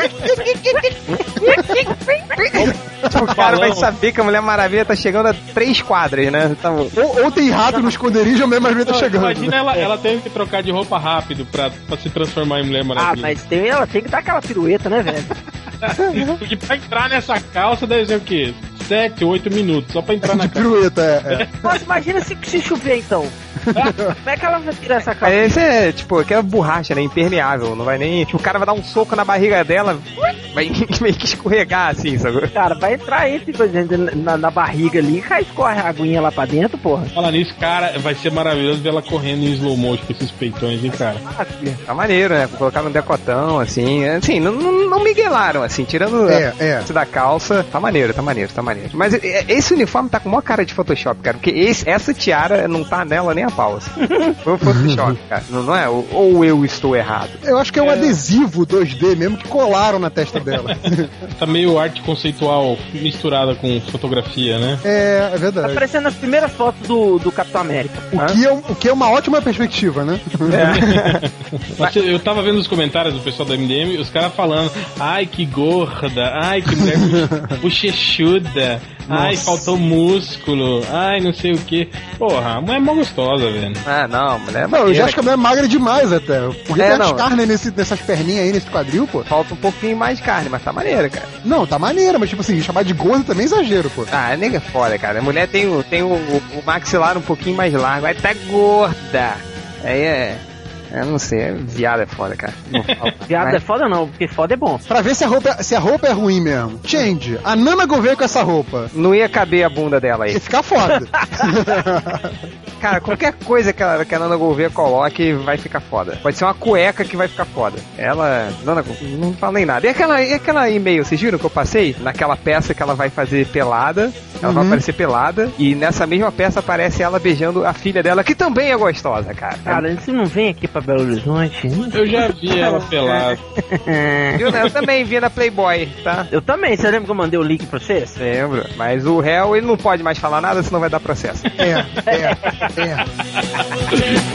[SPEAKER 2] O cara vai
[SPEAKER 5] Balão.
[SPEAKER 2] saber que a Mulher Maravilha tá chegando a três quadras, né? Tá bom.
[SPEAKER 4] Ou, ou tem rato no esconderijo, ou mesmo às vezes tá chegando.
[SPEAKER 5] Imagina ela, ela teve que trocar de roupa rápido pra, pra se transformar em mulher
[SPEAKER 1] ah,
[SPEAKER 5] maravilha.
[SPEAKER 1] mas tem, ela tem que dar aquela pirueta, né, velho?
[SPEAKER 5] Porque pra entrar nessa calça deve ser o quê? 7, 8 minutos, só pra entrar na
[SPEAKER 4] De
[SPEAKER 5] calça.
[SPEAKER 4] pirueta, é. é.
[SPEAKER 1] Nossa, imagina se, se chover, então. Como é que ela vai tirar essa calça?
[SPEAKER 2] Aí você, tipo, aquela borracha, né? Impermeável. Não vai nem. Tipo, o cara vai dar um soco na barriga dela, vai meio que escorregar, assim, sabe?
[SPEAKER 1] Cara, vai entrar entre por exemplo, na, na barriga ali, cai, escorre a aguinha lá pra dentro, porra.
[SPEAKER 5] Falar nisso, cara, vai ser maravilhoso ver ela correndo em slow motion com esses peitões, hein, cara?
[SPEAKER 2] Tá maneiro, né? Colocar no decotão, assim. Assim, não, não, não miguelaram, assim, tirando.
[SPEAKER 4] É,
[SPEAKER 2] a-
[SPEAKER 4] é.
[SPEAKER 2] isso da calça, tá maneiro, tá maneiro, tá maneiro. Mas é, esse uniforme tá com uma cara de Photoshop, cara, porque esse- essa tiara não tá nela nem a pau. assim. Foi o Photoshop, cara. Não, não é? Ou, ou eu estou errado.
[SPEAKER 4] Eu acho que é um adesivo 2D mesmo que colaram na testa dela.
[SPEAKER 5] Tá meio arte conceitual misturada com fotografia, né?
[SPEAKER 4] é, é
[SPEAKER 1] Tá
[SPEAKER 4] verdade.
[SPEAKER 1] parecendo as primeiras fotos do, do Capitão América.
[SPEAKER 4] O que, é, um- o que é uma ótima perspectiva, né?
[SPEAKER 5] Mas eu tava vendo os comentários do pessoal da MDM, os caras falando, ai que gorda, ai que mulher bu- bochechuda, ai faltou músculo, ai não sei o que. Porra, a mulher é mó gostosa, velho.
[SPEAKER 2] Ah, não, mulher.
[SPEAKER 4] Não, eu
[SPEAKER 2] maneira,
[SPEAKER 4] já acho que a mulher é magra demais até. Porque
[SPEAKER 2] É,
[SPEAKER 4] tem as
[SPEAKER 2] não.
[SPEAKER 4] carnes nesse- nessas perninhas aí, nesse quadril, pô.
[SPEAKER 2] Falta um pouquinho mais de carne, mas tá maneiro, cara.
[SPEAKER 4] Não, tá maneira, mas tipo assim, chamar de gorda também é exagero, pô.
[SPEAKER 2] Ah, nega é foda, cara. A mulher tem, o, tem o, o- o maxilar um pouquinho mais largo, aí tá gorda. Aí é. Eu não sei, é- viado é foda, cara. Não falo.
[SPEAKER 1] Viado é
[SPEAKER 2] Mas-
[SPEAKER 1] foda não, porque foda é bom.
[SPEAKER 4] Pra ver se a roupa, se a roupa é ruim mesmo. Change, a Nana Gouveia com essa roupa.
[SPEAKER 2] Não ia caber a bunda dela aí.
[SPEAKER 4] Ia ficar foda.
[SPEAKER 2] Cara, qualquer coisa que a, que a Nana Gouveia coloque vai ficar foda. Pode ser uma cueca que vai ficar foda. Ela. Nana, Gou- não fala nem nada. E aquela, e aquela e-mail, vocês viram que eu passei? Naquela peça que ela vai fazer pelada. Ela vai aparecer pelada. E nessa mesma peça aparece ela beijando a filha dela, que também é gostosa, cara.
[SPEAKER 1] Cara, você não vem aqui pra Belo Horizonte?
[SPEAKER 5] Eu já vi ela pelada.
[SPEAKER 2] Viu, né? Eu também vi na Playboy, tá?
[SPEAKER 1] Eu também, você lembra que eu mandei o link pra vocês?
[SPEAKER 2] Lembro. Mas o réu, ele não pode mais falar nada, senão vai dar processo.
[SPEAKER 4] É, é, é.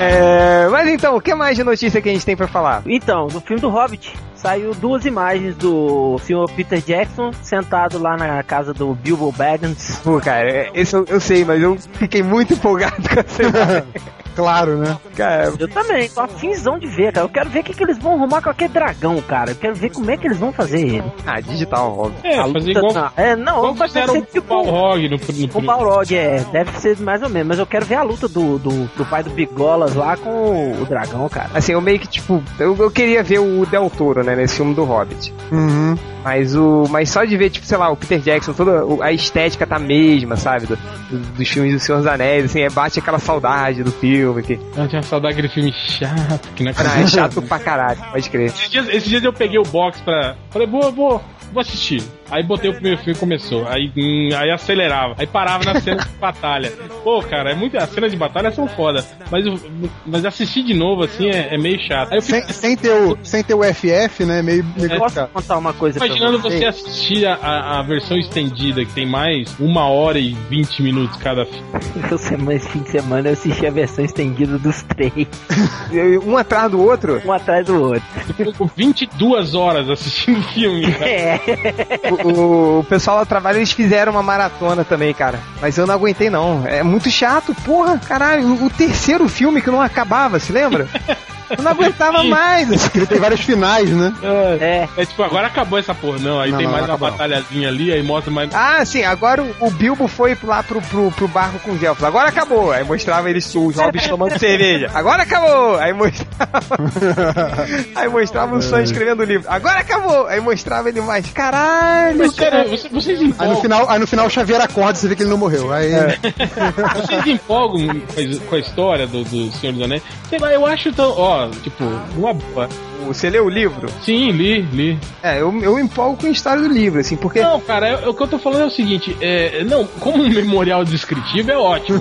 [SPEAKER 2] É, mas então, o que mais de notícia que a gente tem pra falar?
[SPEAKER 1] Então, do filme do Hobbit, saiu duas imagens do senhor Peter Jackson sentado lá na casa do Bilbo Baggins.
[SPEAKER 2] Pô, cara, é- esse eu, eu sei, mas eu fiquei muito empolgado com essa imagem.
[SPEAKER 4] Claro, né?
[SPEAKER 2] Cara,
[SPEAKER 1] Eu também, tô afinzão de ver, cara. Eu quero ver o que, que eles vão arrumar com aquele dragão, cara. Eu quero ver como é que eles vão fazer ele.
[SPEAKER 2] ah, digital, óbvio.
[SPEAKER 5] É,
[SPEAKER 1] A
[SPEAKER 5] fazer
[SPEAKER 1] luta
[SPEAKER 5] igual.
[SPEAKER 1] na- É, não,
[SPEAKER 5] Qual
[SPEAKER 1] vai ter que
[SPEAKER 5] fizeram
[SPEAKER 1] ser
[SPEAKER 5] o
[SPEAKER 1] tipo
[SPEAKER 5] Balrog no, no,
[SPEAKER 1] O Balrog, é, deve ser mais ou menos, mas eu quero ver a luta do, do, do pai do Bigolas lá com o dragão, cara.
[SPEAKER 2] Assim, eu meio que, tipo, eu, eu queria ver o Del Toro, né, nesse filme do Hobbit.
[SPEAKER 4] Uhum.
[SPEAKER 2] Mas o. Mas só de ver, tipo, sei lá, o Peter Jackson, toda o- a estética tá a mesma, sabe? do- do- dos filmes do Senhor dos Anéis, assim, é, bate aquela saudade do filme. Que,
[SPEAKER 5] Eu tinha saudade daquele filme chato, que não
[SPEAKER 2] ah, é chato pra caralho, pode crer.
[SPEAKER 5] Esses dias, esses dias eu peguei o box pra. Falei, vou, vou, vou assistir. Aí botei o primeiro filme e começou. Aí, hum, aí acelerava. Aí parava na cena de batalha. Pô, cara, é muito. As cenas de batalha são foda. Mas, o- mas assistir de novo, assim, é, é meio chato. Aí eu fico
[SPEAKER 4] Sem, sem, ter o, sem ter o FF, né? Meio, meio
[SPEAKER 2] É.
[SPEAKER 1] Eu posso
[SPEAKER 4] complicado.
[SPEAKER 1] contar uma coisa
[SPEAKER 5] É, imaginando
[SPEAKER 1] pra
[SPEAKER 5] você assistir a, a, a versão estendida, que tem mais uma hora e vinte minutos cada filme.
[SPEAKER 1] Eu semana, esse fim de semana eu assisti a versão estendida dos três,
[SPEAKER 2] Eu- Um atrás do outro,
[SPEAKER 1] um atrás do outro.
[SPEAKER 5] Eu fico 22 horas assistindo filme, cara.
[SPEAKER 1] É,
[SPEAKER 2] o- o, o pessoal lá do trabalho, eles fizeram uma maratona também, cara. Mas eu não aguentei, não. É muito chato, porra, caralho. O, o terceiro filme que não acabava, se lembra? Eu não aguentava mais.
[SPEAKER 4] Ele tem vários finais, né?
[SPEAKER 5] É.
[SPEAKER 1] é.
[SPEAKER 5] É tipo, agora acabou essa porra. Não, aí
[SPEAKER 4] Não,
[SPEAKER 5] tem
[SPEAKER 4] não,
[SPEAKER 5] mais
[SPEAKER 4] não
[SPEAKER 5] uma
[SPEAKER 4] acabou.
[SPEAKER 5] batalhazinha ali, aí mostra mais.
[SPEAKER 2] Ah, sim, agora o- o Bilbo foi lá pro, pro, pro barco com os elfos. Agora acabou. Aí mostrava eles os hobbits tomando cerveja. Agora acabou. Aí mostrava. Aí mostrava o Sam escrevendo o livro. Agora acabou. Aí mostrava ele mais. Caralho,
[SPEAKER 5] Mas,
[SPEAKER 2] cara.
[SPEAKER 5] cara, vocês, vocês
[SPEAKER 4] Aí no
[SPEAKER 5] empolgam.
[SPEAKER 4] final, aí no final o Xavier acorda e você vê que ele não morreu. Aí,
[SPEAKER 2] É.
[SPEAKER 5] Vocês empolgam com a- com a história do, do Senhor dos Anéis? Sei lá, eu acho tão. Ó, tipo, uma boa.
[SPEAKER 2] Você leu o livro?
[SPEAKER 5] Sim, li, li.
[SPEAKER 2] É, eu, eu empolgo com a história do livro, assim, porque.
[SPEAKER 5] Não, cara, eu- o que eu tô falando é o seguinte: é, não, como um memorial descritivo é ótimo.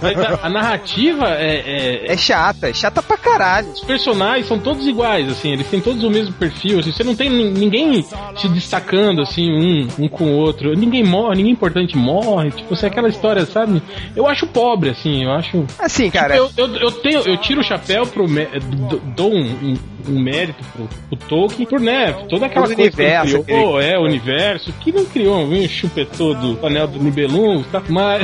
[SPEAKER 5] mas a, a narrativa é. é-
[SPEAKER 2] É chata, é chata pra caralho.
[SPEAKER 5] os personagens são todos iguais, assim, eles têm todos o mesmo perfil, assim, você não tem nin- ninguém se destacando, assim, um, um com o outro, ninguém morre, ninguém importante morre, tipo, assim, aquela história, sabe? Eu acho pobre, assim, eu acho
[SPEAKER 2] Assim, cara.
[SPEAKER 5] Eu, eu, eu tenho, eu tiro o chapéu pro. mé- do- Dou um, um- um mérito pro, pro Tolkien por, né? Toda aquela
[SPEAKER 2] Todo o
[SPEAKER 5] coisa que ele
[SPEAKER 2] universo
[SPEAKER 5] criou.
[SPEAKER 2] que
[SPEAKER 5] é, o universo. Que não criou, viu? Chupetou do anel do Nibelungo, tá? Mas.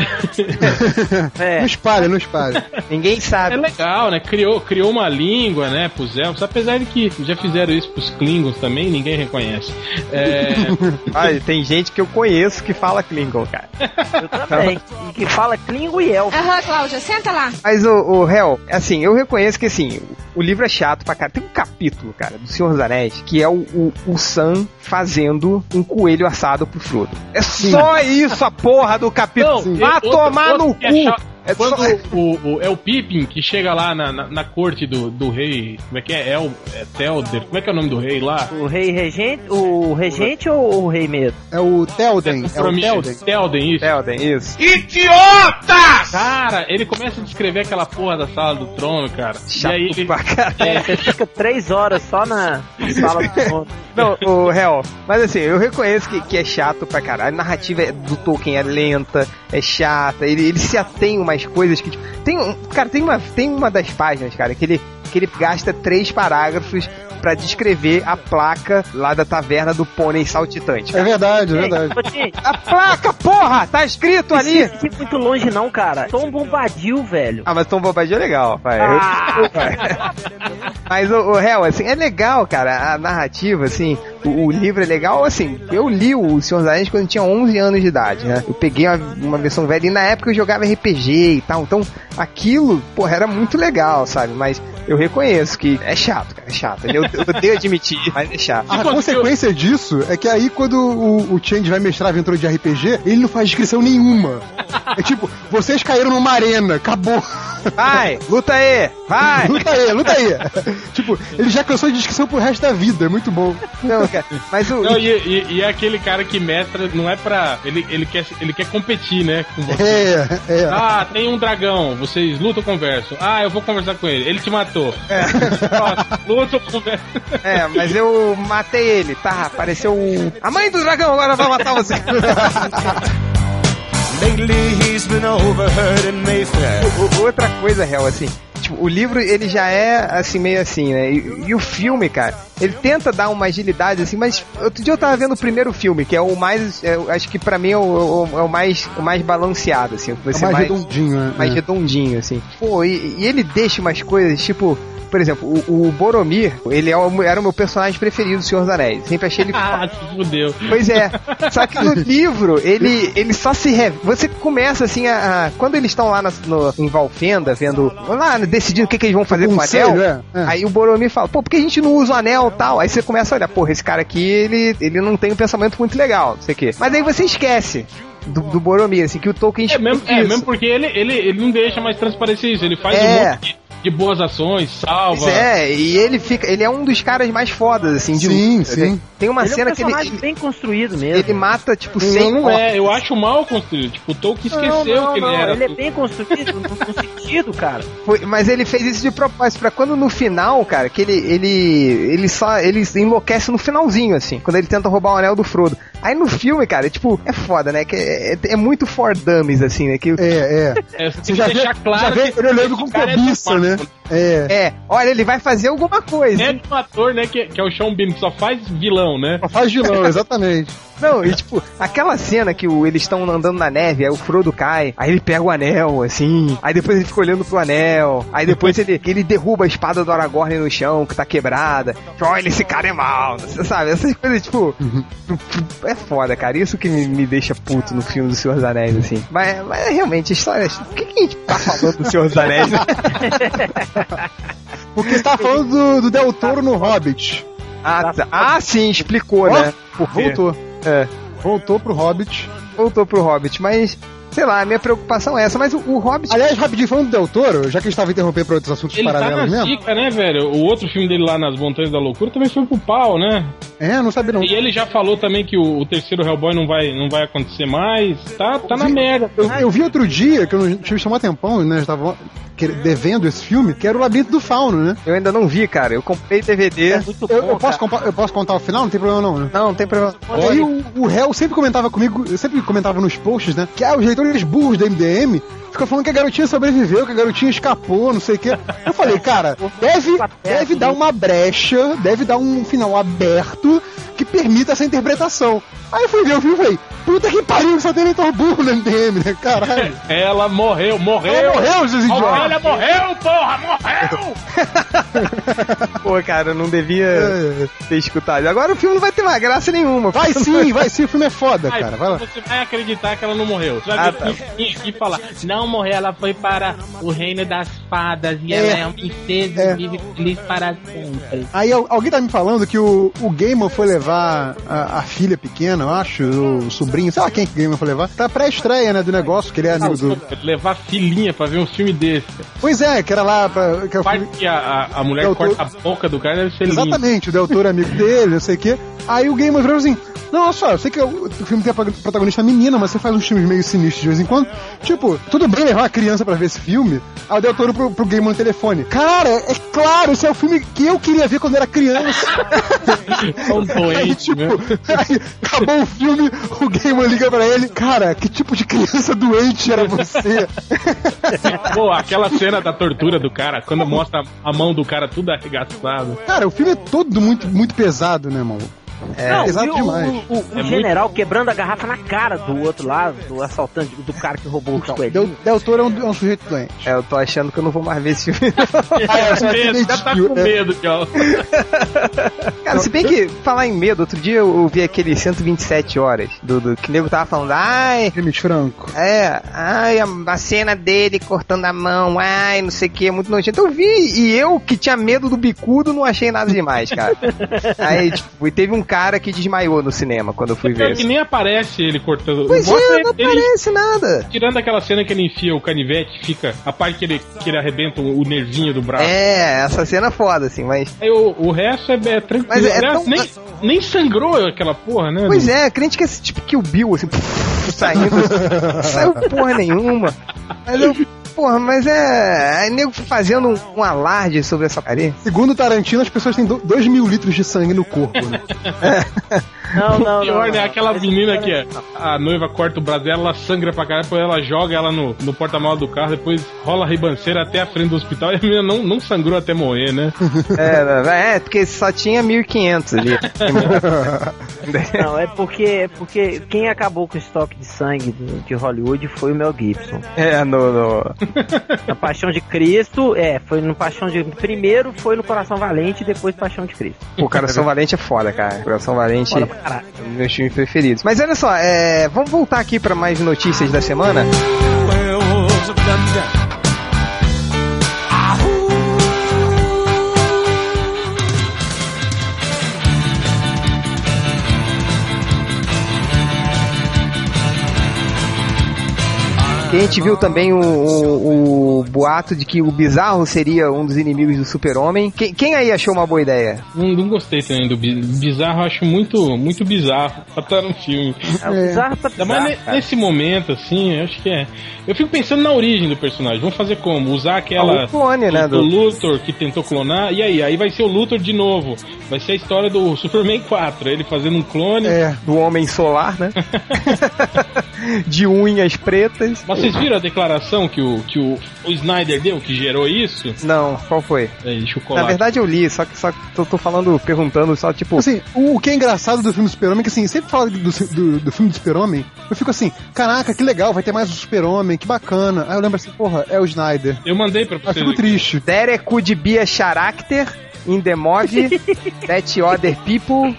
[SPEAKER 1] é.
[SPEAKER 4] não espalha, não espalha.
[SPEAKER 2] Ninguém
[SPEAKER 5] É
[SPEAKER 2] sabe.
[SPEAKER 5] legal, né? Criou, criou uma língua, né, pros elfos, apesar de que já fizeram isso pros Klingons também, ninguém reconhece. É,
[SPEAKER 2] Olha, tem gente que eu conheço que fala Klingon, cara.
[SPEAKER 1] Eu também. E que fala Klingo e Elfo.
[SPEAKER 6] Aham, Cláudia, senta lá.
[SPEAKER 2] Mas, o, o Hel, assim, eu reconheço que, assim, o livro é chato pra caralho. Tem um capítulo, cara, do Senhor dos Anéis, que é o, o, o Sam fazendo um coelho assado pro Frodo. É só isso a porra do capítulo.
[SPEAKER 5] Não,
[SPEAKER 2] Vá
[SPEAKER 5] outro-
[SPEAKER 2] tomar
[SPEAKER 5] outro
[SPEAKER 2] no
[SPEAKER 5] que é
[SPEAKER 2] cu.
[SPEAKER 5] chato.
[SPEAKER 2] É
[SPEAKER 5] Quando
[SPEAKER 2] só-
[SPEAKER 5] o, o- é o Pippin que chega lá na, na, na corte do, do rei. Como é que é? El, é Telder? Como é que é o nome do rei lá?
[SPEAKER 1] O rei regente, o regente ou o rei mesmo?
[SPEAKER 4] É o Telden. É o Telden.
[SPEAKER 5] Telden,
[SPEAKER 2] É.
[SPEAKER 5] isso.
[SPEAKER 2] Elden, isso.
[SPEAKER 5] Cara, ele começa a descrever aquela porra da sala do trono, cara.
[SPEAKER 2] Chato
[SPEAKER 5] e aí ele.
[SPEAKER 2] pra caralho.
[SPEAKER 1] É, você fica três horas só na sala do trono.
[SPEAKER 2] Não, o réu. Mas assim, eu reconheço que, que é chato pra caralho. A narrativa é- do Tolkien é lenta, é chata. Ele, ele se atém a umas coisas que. tipo, Tem, um- cara, tem uma, tem uma das páginas, cara, que ele, que ele gasta três parágrafos pra descrever a placa lá da taverna do pônei saltitante.
[SPEAKER 4] É verdade, é
[SPEAKER 5] assim,
[SPEAKER 4] verdade.
[SPEAKER 1] Ei, gente,
[SPEAKER 2] A placa, porra! Tá escrito ali!
[SPEAKER 1] não fica muito longe não, cara. Tom Bombadil, velho.
[SPEAKER 2] Ah, mas Tom Bobadil é legal, pai.
[SPEAKER 1] Ah,
[SPEAKER 2] Mas o, o réu, assim, é legal, cara, a narrativa, assim, o, o livro é legal, assim, eu li o Senhor dos Anéis quando eu tinha 11 anos de idade, né? Eu peguei uma, uma versão velha e na época eu jogava RPG e tal, então aquilo, porra, era muito legal, sabe? Mas Eu reconheço que é chato, cara, é chato. Eu, eu odeio admitir, mas é chato.
[SPEAKER 4] A consequência disso é que aí quando o, o Change vai mestrar aventura de RPG, ele não faz descrição nenhuma. É tipo, vocês caíram numa arena, acabou.
[SPEAKER 2] Vai, luta aí,
[SPEAKER 5] Ah,
[SPEAKER 2] vai!
[SPEAKER 5] é.
[SPEAKER 4] Luta aí, luta aí. tipo, ele já cansou de descrição pro resto da vida, é muito bom.
[SPEAKER 2] Não, cara, mas o.
[SPEAKER 5] Não, e, e- e é aquele cara que mestra, não é pra. Ele, ele, quer, ele quer competir, né? Com você.
[SPEAKER 4] É, é.
[SPEAKER 5] Ah, tem um dragão, vocês lutam ou conversam? Ah, eu vou conversar com ele, ele te matou.
[SPEAKER 4] É.
[SPEAKER 5] Nossa, luta ou conversa?
[SPEAKER 2] É, mas eu matei ele, tá? Apareceu o. A mãe do dragão agora vai matar você!
[SPEAKER 6] Lately he's been overheard in Mayfair.
[SPEAKER 2] O- o- outra coisa, real, assim. Tipo, o livro, ele já é, assim, meio assim, né? E, e o filme, cara, ele tenta dar uma agilidade, assim, mas outro dia eu tava vendo o primeiro filme, que é o mais, é, eu acho que pra mim é o, o- é o mais, o mais balanceado, assim, o que
[SPEAKER 4] É
[SPEAKER 2] você
[SPEAKER 4] mais
[SPEAKER 2] mais,
[SPEAKER 4] redondinho, né?
[SPEAKER 2] mais redondinho, assim. Pô, e, e ele deixa umas coisas, tipo... Por exemplo, o, o Boromir, ele é o- era o meu personagem preferido do Senhor dos Anéis. Sempre achei ele
[SPEAKER 5] Ah, se fudeu.
[SPEAKER 2] Pois é. Só que no livro, ele, ele só se. Re... Você começa assim a. a- Quando eles estão lá na- no, em Valfenda, vendo. Lá, decidindo o que, que eles vão fazer com o
[SPEAKER 4] Conselho,
[SPEAKER 2] anel.
[SPEAKER 4] é, é.
[SPEAKER 2] Aí o Boromir fala, pô, por que a gente não usa o anel e tal? Aí você começa a olhar, porra, esse cara aqui, ele, ele não tem um pensamento muito legal, não sei o quê. Mas aí você esquece do, do Boromir, assim, que o Tolkien
[SPEAKER 5] É mesmo, é
[SPEAKER 2] isso.
[SPEAKER 5] mesmo porque ele, ele, ele não deixa mais transparecer isso, ele faz
[SPEAKER 2] É.
[SPEAKER 5] um monte de, de boas ações, salva.
[SPEAKER 2] Pois é, e ele fica. Ele é um dos caras mais fodas, assim, de
[SPEAKER 4] Sim,
[SPEAKER 2] luta.
[SPEAKER 4] sim.
[SPEAKER 2] Tem uma
[SPEAKER 1] Ele é
[SPEAKER 2] cena
[SPEAKER 1] um
[SPEAKER 2] que ele,
[SPEAKER 1] personagem
[SPEAKER 2] ele,
[SPEAKER 1] bem construído mesmo.
[SPEAKER 2] ele mata, tipo,
[SPEAKER 5] Não,
[SPEAKER 2] 100
[SPEAKER 5] não é, eu acho mal construído. Tipo, o Tolkien esqueceu que ele era.
[SPEAKER 1] é bem construído no, no sentido, cara.
[SPEAKER 2] Foi- mas ele fez isso de propósito, pra quando no final, cara, que ele, ele, ele só, ele enlouquece no finalzinho, assim, quando ele tenta roubar o anel do Frodo. Aí no filme, cara, é, tipo, é foda, né, que é, é- é muito for dummies, assim, né, que...
[SPEAKER 4] É, é.
[SPEAKER 5] É, tem
[SPEAKER 4] Você
[SPEAKER 5] que
[SPEAKER 4] já vê,
[SPEAKER 5] deixar claro
[SPEAKER 4] já vê
[SPEAKER 5] que
[SPEAKER 4] ele olhando com
[SPEAKER 5] esse cara é
[SPEAKER 4] cobiça, né?
[SPEAKER 5] safado.
[SPEAKER 4] É.
[SPEAKER 2] É, olha, ele vai fazer alguma coisa.
[SPEAKER 5] É de um ator, né, que, que é o Sean Bean, que só faz vilão, né?
[SPEAKER 4] Só Faz vilão, exatamente.
[SPEAKER 2] Não, e tipo, aquela cena que o- eles estão andando na neve, aí o Frodo cai, aí ele pega o anel, assim, aí depois ele fica olhando pro anel, aí depois ele, ele derruba a espada do Aragorn no chão, que tá quebrada. Tipo, Olha, esse cara é mal, você sabe? Essas coisas, tipo, é foda, cara. Isso que me, me deixa puto no filme do Senhor dos Anéis, assim. Mas, mas realmente, a história. Por que, que a gente tá falando do Senhor dos Anéis?
[SPEAKER 4] Porque você tava falando do, do Del Toro no Hobbit.
[SPEAKER 2] ah, tá. Ah, sim, explicou,
[SPEAKER 4] Ó,
[SPEAKER 2] né?
[SPEAKER 4] Voltou.
[SPEAKER 2] É.
[SPEAKER 4] Voltou pro Hobbit.
[SPEAKER 2] Voltou pro Hobbit, mas. Sei lá, a minha preocupação é essa, mas o, o Hobbit.
[SPEAKER 4] Aliás, rapidinho, falando do Del Toro, já que a gente tava interrompendo pra outros assuntos
[SPEAKER 5] Ele tá na
[SPEAKER 4] paralelos mesmo.
[SPEAKER 5] zica, né, velho? O outro filme dele lá nas Montanhas da Loucura também foi pro pau, né?
[SPEAKER 4] É, não sabia não.
[SPEAKER 5] E ele já falou também que o, o terceiro Hellboy não vai, não vai acontecer mais. Tá, tá na
[SPEAKER 4] Vi-
[SPEAKER 5] merda.
[SPEAKER 4] Eu, eu vi outro dia, que eu não tive chamar tempão, né? Eu tava que- devendo esse filme, que era o Labirinto do Fauno, né?
[SPEAKER 2] Eu ainda não vi, cara. Eu comprei DVD.
[SPEAKER 1] É muito bom.
[SPEAKER 4] Eu, eu posso,
[SPEAKER 1] cara.
[SPEAKER 4] compa- eu posso contar o final? Não tem problema não, né?
[SPEAKER 2] Não, não tem problema.
[SPEAKER 4] E aí o, o réu sempre comentava comigo, eu sempre comentava nos posts, né? Que ah, os leitores burros da MDM ficam falando que a garotinha sobreviveu, que a garotinha escapou, não sei o quê. Eu falei, cara, deve, deve dar uma brecha, deve dar um final aberto que permita essa interpretação. Aí eu fui ver o filme e falei, puta que pariu, só tem leitor burro na MDM, né? Caralho.
[SPEAKER 5] Ela morreu, morreu.
[SPEAKER 4] Ela morreu, seus idiotas.
[SPEAKER 5] Ela morreu, porra, morreu!
[SPEAKER 2] Pô, cara, eu não devia
[SPEAKER 4] É.
[SPEAKER 2] ter escutado. Agora o filme não vai ter mais graça nenhuma.
[SPEAKER 4] Vai sim, vai sim, o filme é foda,
[SPEAKER 5] Aí,
[SPEAKER 4] cara. Vai lá.
[SPEAKER 5] Você vai acreditar que ela não morreu. Você vai
[SPEAKER 2] Ah,
[SPEAKER 5] ver
[SPEAKER 2] tá.
[SPEAKER 5] e, e falar, não morreu, ela foi para o reino das fadas e
[SPEAKER 4] É.
[SPEAKER 5] ela é uma princesa
[SPEAKER 4] É.
[SPEAKER 5] e vive feliz para sempre.
[SPEAKER 4] Aí al- alguém tá me falando que o, o Gaiman foi levar a, a filha pequena, eu acho, o sobrinho, sei lá quem que o Gaiman foi levar, tá pra estreia, né, do negócio, que ele é amigo do...
[SPEAKER 5] Levar filhinha pra ver um filme desse.
[SPEAKER 4] Pois é, que era lá pra... Que é o
[SPEAKER 5] Parte
[SPEAKER 4] filme...
[SPEAKER 5] que a, a, a mulher
[SPEAKER 4] Eu tô-
[SPEAKER 5] corta a boca do cara deve ser linda.
[SPEAKER 4] Exatamente, o Del Toro é amigo dele, não sei o quê. Aí o Gaiman virou assim, não, olha só, eu sei que o, o filme tem a pro- protagonista menina, mas você faz uns filmes meio sinistros de vez em quando. Tipo, tudo bem levar uma criança pra ver esse filme? Aí o Del Toro pro, pro Gaiman no telefone. Cara, é claro, esse é o filme que eu queria ver quando era criança.
[SPEAKER 5] Tão
[SPEAKER 4] Aí,
[SPEAKER 5] doente,
[SPEAKER 4] tipo,
[SPEAKER 5] né?
[SPEAKER 4] aí, acabou o filme, o Gaiman liga pra ele, cara, que tipo de criança doente era você?
[SPEAKER 5] Pô, aquela cena da tortura do cara, quando mostra a mão do cara tudo arregaçado.
[SPEAKER 4] Cara, o filme é todo muito, muito pesado, né, mano?
[SPEAKER 2] É,
[SPEAKER 1] não,
[SPEAKER 4] exato
[SPEAKER 1] e o,
[SPEAKER 4] demais.
[SPEAKER 1] o- o- o
[SPEAKER 5] É
[SPEAKER 1] general quebrando a garrafa na cara do outro lá, do assaltante, do cara que roubou o
[SPEAKER 4] Del,
[SPEAKER 1] coelhinho.
[SPEAKER 4] Del Toro é um, é um sujeito doente.
[SPEAKER 2] É, eu tô achando que eu não vou mais ver esse filme.
[SPEAKER 5] É,
[SPEAKER 4] só
[SPEAKER 5] medo,
[SPEAKER 4] acidente
[SPEAKER 5] já tá
[SPEAKER 4] de-
[SPEAKER 5] com
[SPEAKER 4] é.
[SPEAKER 5] medo, Tchau.
[SPEAKER 2] Cara, se bem que falar em medo, outro dia eu ouvi aquele 127 horas do, do que o nego tava falando, ai,
[SPEAKER 4] James Franco.
[SPEAKER 2] é, ai, a, a cena dele cortando a mão, ai, não sei o que, é muito nojento. Eu vi e eu que tinha medo do bicudo não achei nada demais, cara. Aí, tipo, e teve um cara que desmaiou no cinema quando eu fui ver.
[SPEAKER 5] Pior que
[SPEAKER 2] Isso.
[SPEAKER 5] nem aparece ele cortando.
[SPEAKER 2] Pois
[SPEAKER 5] Mostra
[SPEAKER 2] é,
[SPEAKER 5] ele-
[SPEAKER 2] não
[SPEAKER 5] ele
[SPEAKER 2] aparece nada.
[SPEAKER 5] Tirando aquela cena que ele enfia o canivete, fica a parte que ele, que ele arrebenta o o nervinho do braço.
[SPEAKER 2] É, essa cena é foda, assim, mas.
[SPEAKER 5] Aí o, o resto é, é tranquilo.
[SPEAKER 2] Mas é
[SPEAKER 5] Aliás,
[SPEAKER 2] tão-
[SPEAKER 5] nem, nem sangrou aquela porra, né?
[SPEAKER 2] Pois
[SPEAKER 5] do-
[SPEAKER 2] é, crente que é esse tipo que o Bill, assim, saindo. não saiu porra nenhuma. Mas eu. Porra, mas é. É nego fazendo um, um alarde sobre essa parede.
[SPEAKER 4] Segundo Tarantino, as pessoas têm 2 mil litros de sangue no corpo. Né?
[SPEAKER 1] Não, não, não.
[SPEAKER 5] Pior,
[SPEAKER 1] não.
[SPEAKER 5] né? Aquela
[SPEAKER 1] Esse
[SPEAKER 5] menina
[SPEAKER 1] cara-
[SPEAKER 5] que é- a noiva corta o braço dela, ela sangra pra caralho, depois ela joga ela no, no porta-malas do carro, depois rola a ribanceira até a frente do hospital e a menina não, não sangrou até morrer, né?
[SPEAKER 2] É, não, é, porque só tinha 1500 ali.
[SPEAKER 1] Não, é porque, é porque quem acabou com o estoque de sangue do- de Hollywood foi o Mel Gibson.
[SPEAKER 2] É, no. no-
[SPEAKER 1] Na Paixão de Cristo, é, foi no Paixão de Primeiro foi no Coração Valente e depois Paixão de Cristo.
[SPEAKER 2] Pô, Coração Valente é foda, cara. Coração Valente
[SPEAKER 1] Bora
[SPEAKER 2] é
[SPEAKER 1] pra caralho.
[SPEAKER 2] um dos meus times preferidos. Mas olha só, é, vamos voltar aqui pra mais notícias da semana.
[SPEAKER 6] Werewolves of London.
[SPEAKER 2] E a gente viu também o, o- o boato de que o Bizarro seria um dos inimigos do Super-Homem. Quem, quem aí achou uma boa ideia?
[SPEAKER 5] Não, não gostei também do bi- bizarro, eu acho muito, muito bizarro matar um filme.
[SPEAKER 1] É, o bizarro tá
[SPEAKER 5] Ainda mais
[SPEAKER 1] bizarro,
[SPEAKER 5] ne- nesse momento, assim, eu acho que é. Eu fico pensando na origem do personagem. Vamos fazer como? Usar
[SPEAKER 2] Ah,
[SPEAKER 5] aquela.
[SPEAKER 2] o clone, né,
[SPEAKER 5] O,
[SPEAKER 2] do-
[SPEAKER 5] o Luthor que tentou clonar. E aí? Aí vai ser o Luthor de novo. Vai ser a história do Superman 4. Ele fazendo um clone.
[SPEAKER 4] É.
[SPEAKER 2] Do Homem Solar, né? de unhas pretas.
[SPEAKER 5] Mas vocês viram a declaração que o, que o, o Snyder deu, que gerou isso?
[SPEAKER 2] Não, qual foi?
[SPEAKER 5] Aí,
[SPEAKER 2] Na
[SPEAKER 5] chocolate.
[SPEAKER 2] verdade eu li, só que só que tô, tô falando, perguntando só tipo.
[SPEAKER 4] Assim, o, o que é engraçado do filme do Super-Homem é que, assim, sempre fala do, do, do filme do Super-Homem, eu fico assim, caraca, que legal, vai ter mais um Super-Homem, que bacana. Aí eu lembro assim, porra, é o Snyder.
[SPEAKER 5] Eu mandei pra
[SPEAKER 4] Aí eu
[SPEAKER 5] vocês.
[SPEAKER 4] fico
[SPEAKER 5] aqui.
[SPEAKER 4] triste.
[SPEAKER 2] Dereku de Bia Character in the Movie That Other People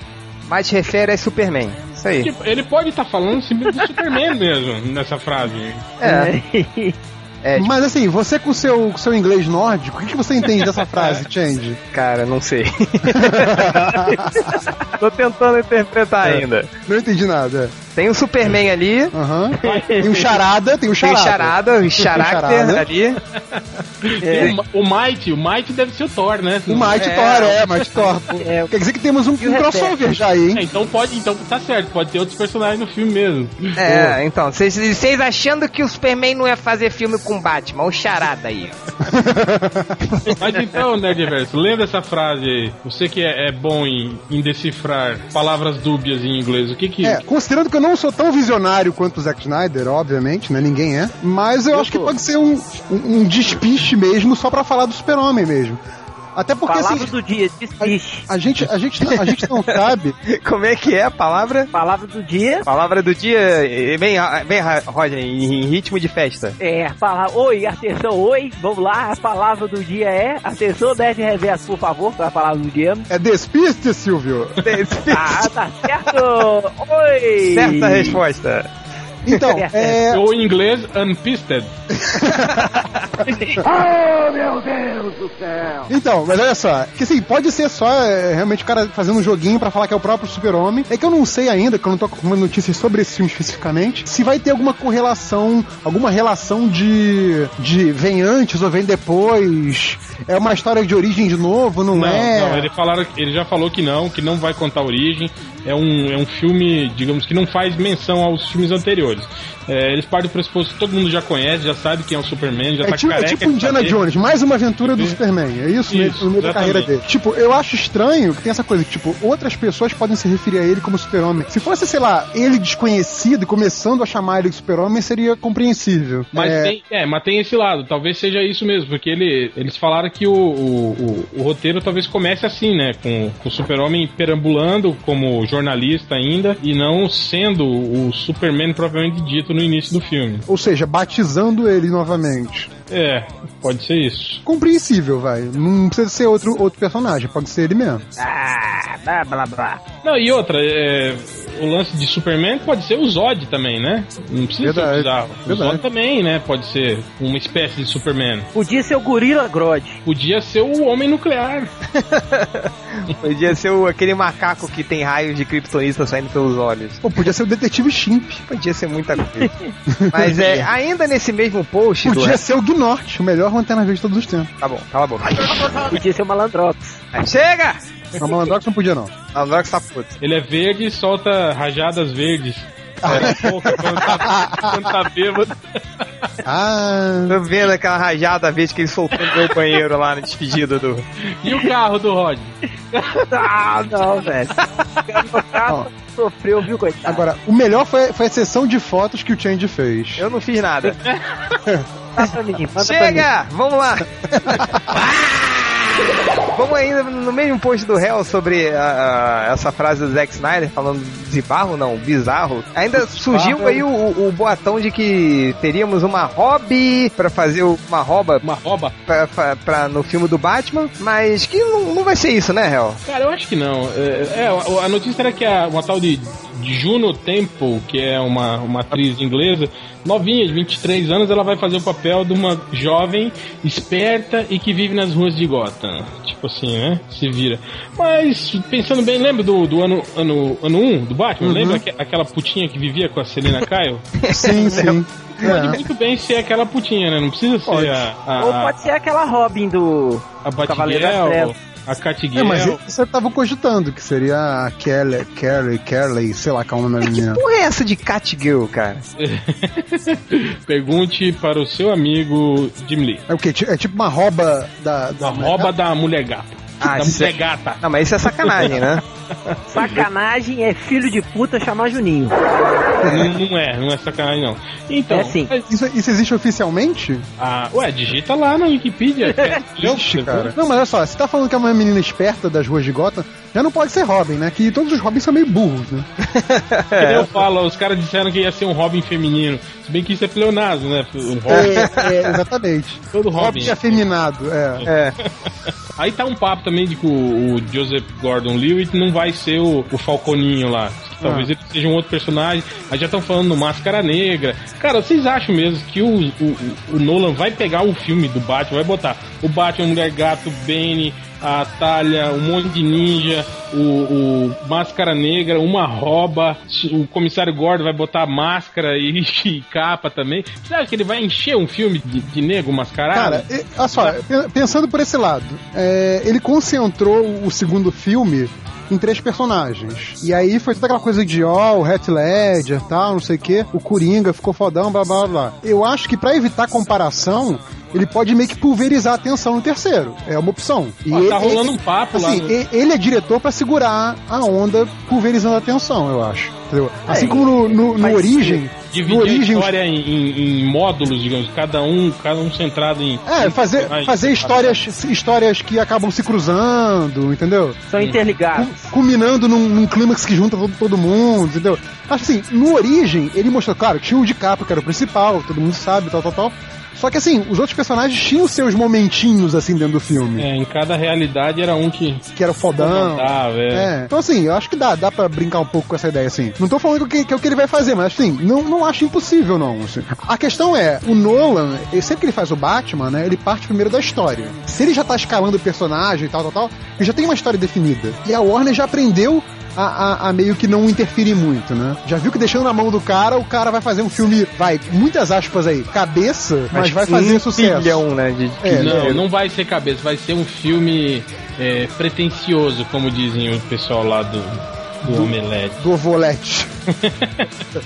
[SPEAKER 2] Mas refere a Superman. Isso aí.
[SPEAKER 5] Tipo, ele pode estar falando simplesmente do Superman mesmo, nessa frase.
[SPEAKER 2] É, é, tipo,
[SPEAKER 4] Mas assim, você com seu, com seu inglês nórdico, o que, que você entende dessa frase, Change?
[SPEAKER 2] cara, não sei. tô tentando interpretar
[SPEAKER 4] É.
[SPEAKER 2] ainda.
[SPEAKER 4] Não entendi nada.
[SPEAKER 2] Tem o Superman ali,
[SPEAKER 4] Aham. Tem o Charada, tem o
[SPEAKER 2] Tem
[SPEAKER 4] Charada.
[SPEAKER 2] charada, o character
[SPEAKER 4] charada.
[SPEAKER 2] ali.
[SPEAKER 5] E O, o Might, o Might deve ser o Thor, né?
[SPEAKER 4] É. O Mighty
[SPEAKER 2] É.
[SPEAKER 4] Thor, é, Mighty Thor. pô.
[SPEAKER 1] É.
[SPEAKER 4] Quer dizer que temos um, um
[SPEAKER 1] o
[SPEAKER 4] crossover já aí, hein?
[SPEAKER 5] É, então pode, então tá certo, pode ter outros personagens no filme mesmo.
[SPEAKER 2] É, então, vocês- vocês achando que o Superman não ia fazer filme com Batman, o charada aí.
[SPEAKER 5] Mas então, Nerdverso, lembra essa frase aí. Você que é, é bom em, em decifrar palavras dúbias em inglês, o que que...
[SPEAKER 4] É, considerando que eu não sou tão visionário quanto o Zack Snyder, obviamente, né? Ninguém é. Mas eu, acho que pode ser um, um, um despiche mesmo, só pra falar do super-homem mesmo. Até porque,
[SPEAKER 1] Palavra
[SPEAKER 4] assim,
[SPEAKER 1] do dia, despiche.
[SPEAKER 4] a gente, a, gente, não- a gente não sabe...
[SPEAKER 2] Como é que é a palavra?
[SPEAKER 1] Palavra do dia
[SPEAKER 2] Palavra do dia, eh, vem, ah, vem Ra- Roger, em em ritmo de festa.
[SPEAKER 1] é a palavra. Oi, atenção, oi. Vamos lá, a palavra do dia é. Atenção, deve reverso, por favor, a palavra do dia.
[SPEAKER 4] É despiste, Silvio?
[SPEAKER 1] Ah, tá certo! Oi!
[SPEAKER 2] Certa resposta.
[SPEAKER 4] Então, é...
[SPEAKER 5] Ou em inglês, unpisted.
[SPEAKER 4] Então, mas olha só, que assim, pode ser só é, realmente o cara fazendo um joguinho pra falar que é o próprio super-homem. É que eu não sei ainda, que eu não tô acompanhando notícias sobre esse filme especificamente, se vai ter alguma correlação, alguma relação de, de vem antes ou vem depois. É uma história de origem de novo, não,
[SPEAKER 5] Não,
[SPEAKER 4] é?
[SPEAKER 5] não, ele, falaram, ele já falou que não, que não vai contar a origem. É um, é um filme, digamos, que não faz menção aos filmes anteriores. É, eles partem do pressuposto que todo mundo já conhece, já sabe quem é o Superman, já
[SPEAKER 4] É
[SPEAKER 5] tá
[SPEAKER 4] tipo, é
[SPEAKER 5] careca
[SPEAKER 4] tipo
[SPEAKER 5] de
[SPEAKER 4] Indiana
[SPEAKER 5] saber.
[SPEAKER 4] Jones, mais uma aventura filho do Superman. É isso,
[SPEAKER 5] Isso,
[SPEAKER 4] né? no meio da
[SPEAKER 5] exatamente.
[SPEAKER 4] carreira dele. Tipo, eu acho estranho que tem essa coisa que, tipo, outras pessoas podem se referir a ele como super-homem. Se fosse, sei lá, ele desconhecido e começando a chamar ele de super-homem, seria compreensível.
[SPEAKER 5] Mas,
[SPEAKER 4] é,
[SPEAKER 5] Tem, é, mas tem esse lado, talvez seja isso mesmo, porque ele, eles falaram que o, o, o- o roteiro talvez comece assim, né? Com, com o super-homem perambulando como jornalista ainda e não sendo o Superman propriamente dito no início do filme.
[SPEAKER 4] Ou seja, batizando ele novamente.
[SPEAKER 5] É, pode ser isso.
[SPEAKER 4] Compreensível, vai. Não precisa ser outro, outro personagem, pode ser ele mesmo.
[SPEAKER 1] Ah, blá blá blá.
[SPEAKER 5] Não, e outra, é, o lance de Superman pode ser o Zod também, né? Não precisa
[SPEAKER 4] Verdade,
[SPEAKER 5] ser bizarro. O
[SPEAKER 4] verdade.
[SPEAKER 5] Zod também, né? Pode ser uma espécie de Superman.
[SPEAKER 1] Podia ser o Gorila Grodd.
[SPEAKER 5] Podia ser o Homem Nuclear.
[SPEAKER 2] Podia ser o- aquele macaco que tem raios de criptonista saindo pelos olhos.
[SPEAKER 4] Ou podia ser o detetive Shimp.
[SPEAKER 2] Podia ser muita coisa. Mas é, ainda nesse mesmo post. do-
[SPEAKER 4] Podia ser o Gnorte, o melhor Lanterna Verde de todos os tempos.
[SPEAKER 2] Tá bom, cala a boca.
[SPEAKER 1] Podia ser o Malandrox.
[SPEAKER 2] Aí, Chega!
[SPEAKER 4] A Malandrox não podia, não.
[SPEAKER 2] A Drox tá puto.
[SPEAKER 5] Ele é verde e solta rajadas verdes. É, pouco, quando, tá, quando tá bêbado.
[SPEAKER 4] Ah,
[SPEAKER 2] Tô vendo aquela rajada a vez que ele soltou no meu banheiro lá na despedida do.
[SPEAKER 5] E o carro do Rod?
[SPEAKER 1] Ah, não, velho. O cara sofreu, viu, coitado?
[SPEAKER 4] agora, o melhor foi, foi a sessão de fotos que o Change fez.
[SPEAKER 2] Eu não fiz nada.
[SPEAKER 1] Dá pra mim, manda pra mim.
[SPEAKER 2] Chega! Vamos lá! Vamos ainda no mesmo post do réu sobre ah, ah, essa frase do Zack Snyder falando de barro, não, bizarro. Ainda surgiu aí o, o- o boatão de que teríamos uma hobby pra fazer o- uma roba
[SPEAKER 5] Uma rouba?
[SPEAKER 2] pra, pra- pra- no filme do Batman, mas que não, não vai ser isso, né, réu?
[SPEAKER 5] Cara, eu acho que não. É, é, a- a notícia era que a, uma tal de Juno Temple, que é uma, uma atriz inglesa, novinha, de 23 anos, ela vai fazer o papel de uma jovem esperta e que vive nas ruas de Gotham. Tipo assim, né? Se vira. Mas, pensando bem, lembra do, do ano 1 ano, ano um, do Batman? Lembra aque- aquela putinha que vivia com a Selena Kyle?
[SPEAKER 4] Sim, sim.
[SPEAKER 5] Pode
[SPEAKER 4] É.
[SPEAKER 5] muito bem ser aquela putinha, né? Não precisa ser a,
[SPEAKER 1] Ou
[SPEAKER 5] a,
[SPEAKER 1] pode ser aquela Robin do.
[SPEAKER 5] a
[SPEAKER 1] Cavaleiro das
[SPEAKER 5] Batgirl,
[SPEAKER 1] Trevas.
[SPEAKER 5] a Cat
[SPEAKER 4] É,
[SPEAKER 5] Girl.
[SPEAKER 4] mas isso eu tava cogitando, que seria a Kelly, Kelly, Kelly, sei lá qual é o nome da menina.
[SPEAKER 2] Porra, é essa de Catgirl, cara?
[SPEAKER 5] Pergunte para o seu amigo Jim Lee.
[SPEAKER 4] É o quê? Ti- É tipo uma rouba da.
[SPEAKER 5] A
[SPEAKER 4] da
[SPEAKER 5] rouba da mulher gata.
[SPEAKER 2] Ah,
[SPEAKER 5] da
[SPEAKER 2] isso
[SPEAKER 5] mulher
[SPEAKER 2] é-
[SPEAKER 5] gata.
[SPEAKER 2] Não, mas isso é sacanagem, né?
[SPEAKER 1] Sacanagem é filho de puta chamar Juninho.
[SPEAKER 5] não, não é, não é sacanagem não. Então,
[SPEAKER 1] É sim.
[SPEAKER 5] mas-
[SPEAKER 4] Isso, isso existe oficialmente?
[SPEAKER 5] ah, ué, digita lá na Wikipedia.
[SPEAKER 4] Existe, cara. Não, mas olha só, você tá falando que é uma menina esperta das ruas de Gotham, já não pode ser Robin, né? Que todos os Robins são meio burros, né?
[SPEAKER 5] Que nem eu falo, os caras disseram que ia ser um Robin feminino. Se bem que isso é pleonasmo, né? Um Robin,
[SPEAKER 4] É, é, exatamente.
[SPEAKER 5] todo Robin.
[SPEAKER 4] Robin afeminado, é.
[SPEAKER 5] Aí tá um papo também de que o, o Joseph Gordon-Levitt não vai ser o, o Falconinho lá. Que Talvez ele seja um outro personagem. Aí já estão falando no Máscara Negra. Cara, vocês acham mesmo que o, o- o Nolan vai pegar o filme do Batman, vai botar o Batman, Mulher Gato, Bane, a Talha, um monte de ninja, o, o Máscara Negra, uma roba, o Comissário Gordon vai botar máscara e, e capa também. Você acha que ele vai encher um filme de, de nego mascarado?
[SPEAKER 4] Cara, e- olha só, pe- pensando por esse lado, é, ele concentrou o segundo filme em três personagens. E aí foi toda aquela coisa de, ó, o Hat Ledger, tal, não sei o quê, o Coringa ficou fodão, blá blá blá. Eu acho que pra evitar comparação, ele pode meio que pulverizar a atenção no terceiro. É uma opção. E
[SPEAKER 5] Ó,
[SPEAKER 4] ele-
[SPEAKER 5] tá rolando um papo lá.
[SPEAKER 4] Assim,
[SPEAKER 5] no-
[SPEAKER 4] e- ele é diretor pra segurar a onda pulverizando a atenção, eu acho. Entendeu? Assim como no, no- no
[SPEAKER 1] mas-
[SPEAKER 4] Origem.
[SPEAKER 5] Dividir
[SPEAKER 4] No Origem,
[SPEAKER 5] a história em, em- em módulos, digamos, cada um, cada um centrado em.
[SPEAKER 4] É,
[SPEAKER 5] em
[SPEAKER 4] fazer,
[SPEAKER 5] personagens
[SPEAKER 4] fazer
[SPEAKER 5] separados.
[SPEAKER 4] histórias, histórias que acabam se cruzando, entendeu?
[SPEAKER 1] São interligados.
[SPEAKER 4] Cu- Culminando num, num clímax que junta todo, todo mundo, entendeu? Acho assim, no Origem, ele mostrou, claro, tinha o DiCaprio, que era o principal, todo mundo sabe, tal, tal, tal. Só que assim, os outros personagens tinham seus momentinhos assim dentro do filme,
[SPEAKER 5] É, em cada realidade era um que
[SPEAKER 4] que era o fodão.
[SPEAKER 5] comandava. É.
[SPEAKER 4] É. Então, assim, eu acho que dá, dá pra brincar um pouco com essa ideia, assim. Não tô falando que, que é o que ele vai fazer, mas, assim, não, não acho impossível, não. assim. A questão é, o Nolan, ele- sempre que ele faz o Batman, né, ele parte primeiro da história. Se ele já tá escalando o personagem e tal, tal, tal, ele já tem uma história definida. E a Warner já aprendeu a, a- a meio que não interferir muito, né? Já viu que deixando na mão do cara, o cara vai fazer um filme, vai, muitas aspas aí, cabeça, mas, vai fazer
[SPEAKER 2] um
[SPEAKER 4] sucesso.
[SPEAKER 2] bilhão, né? De, de-
[SPEAKER 4] É,
[SPEAKER 5] não, não vai ser cabeça, vai ser um filme é, pretencioso, como dizem o pessoal lá do, do Omelete.
[SPEAKER 4] Do Ovolete.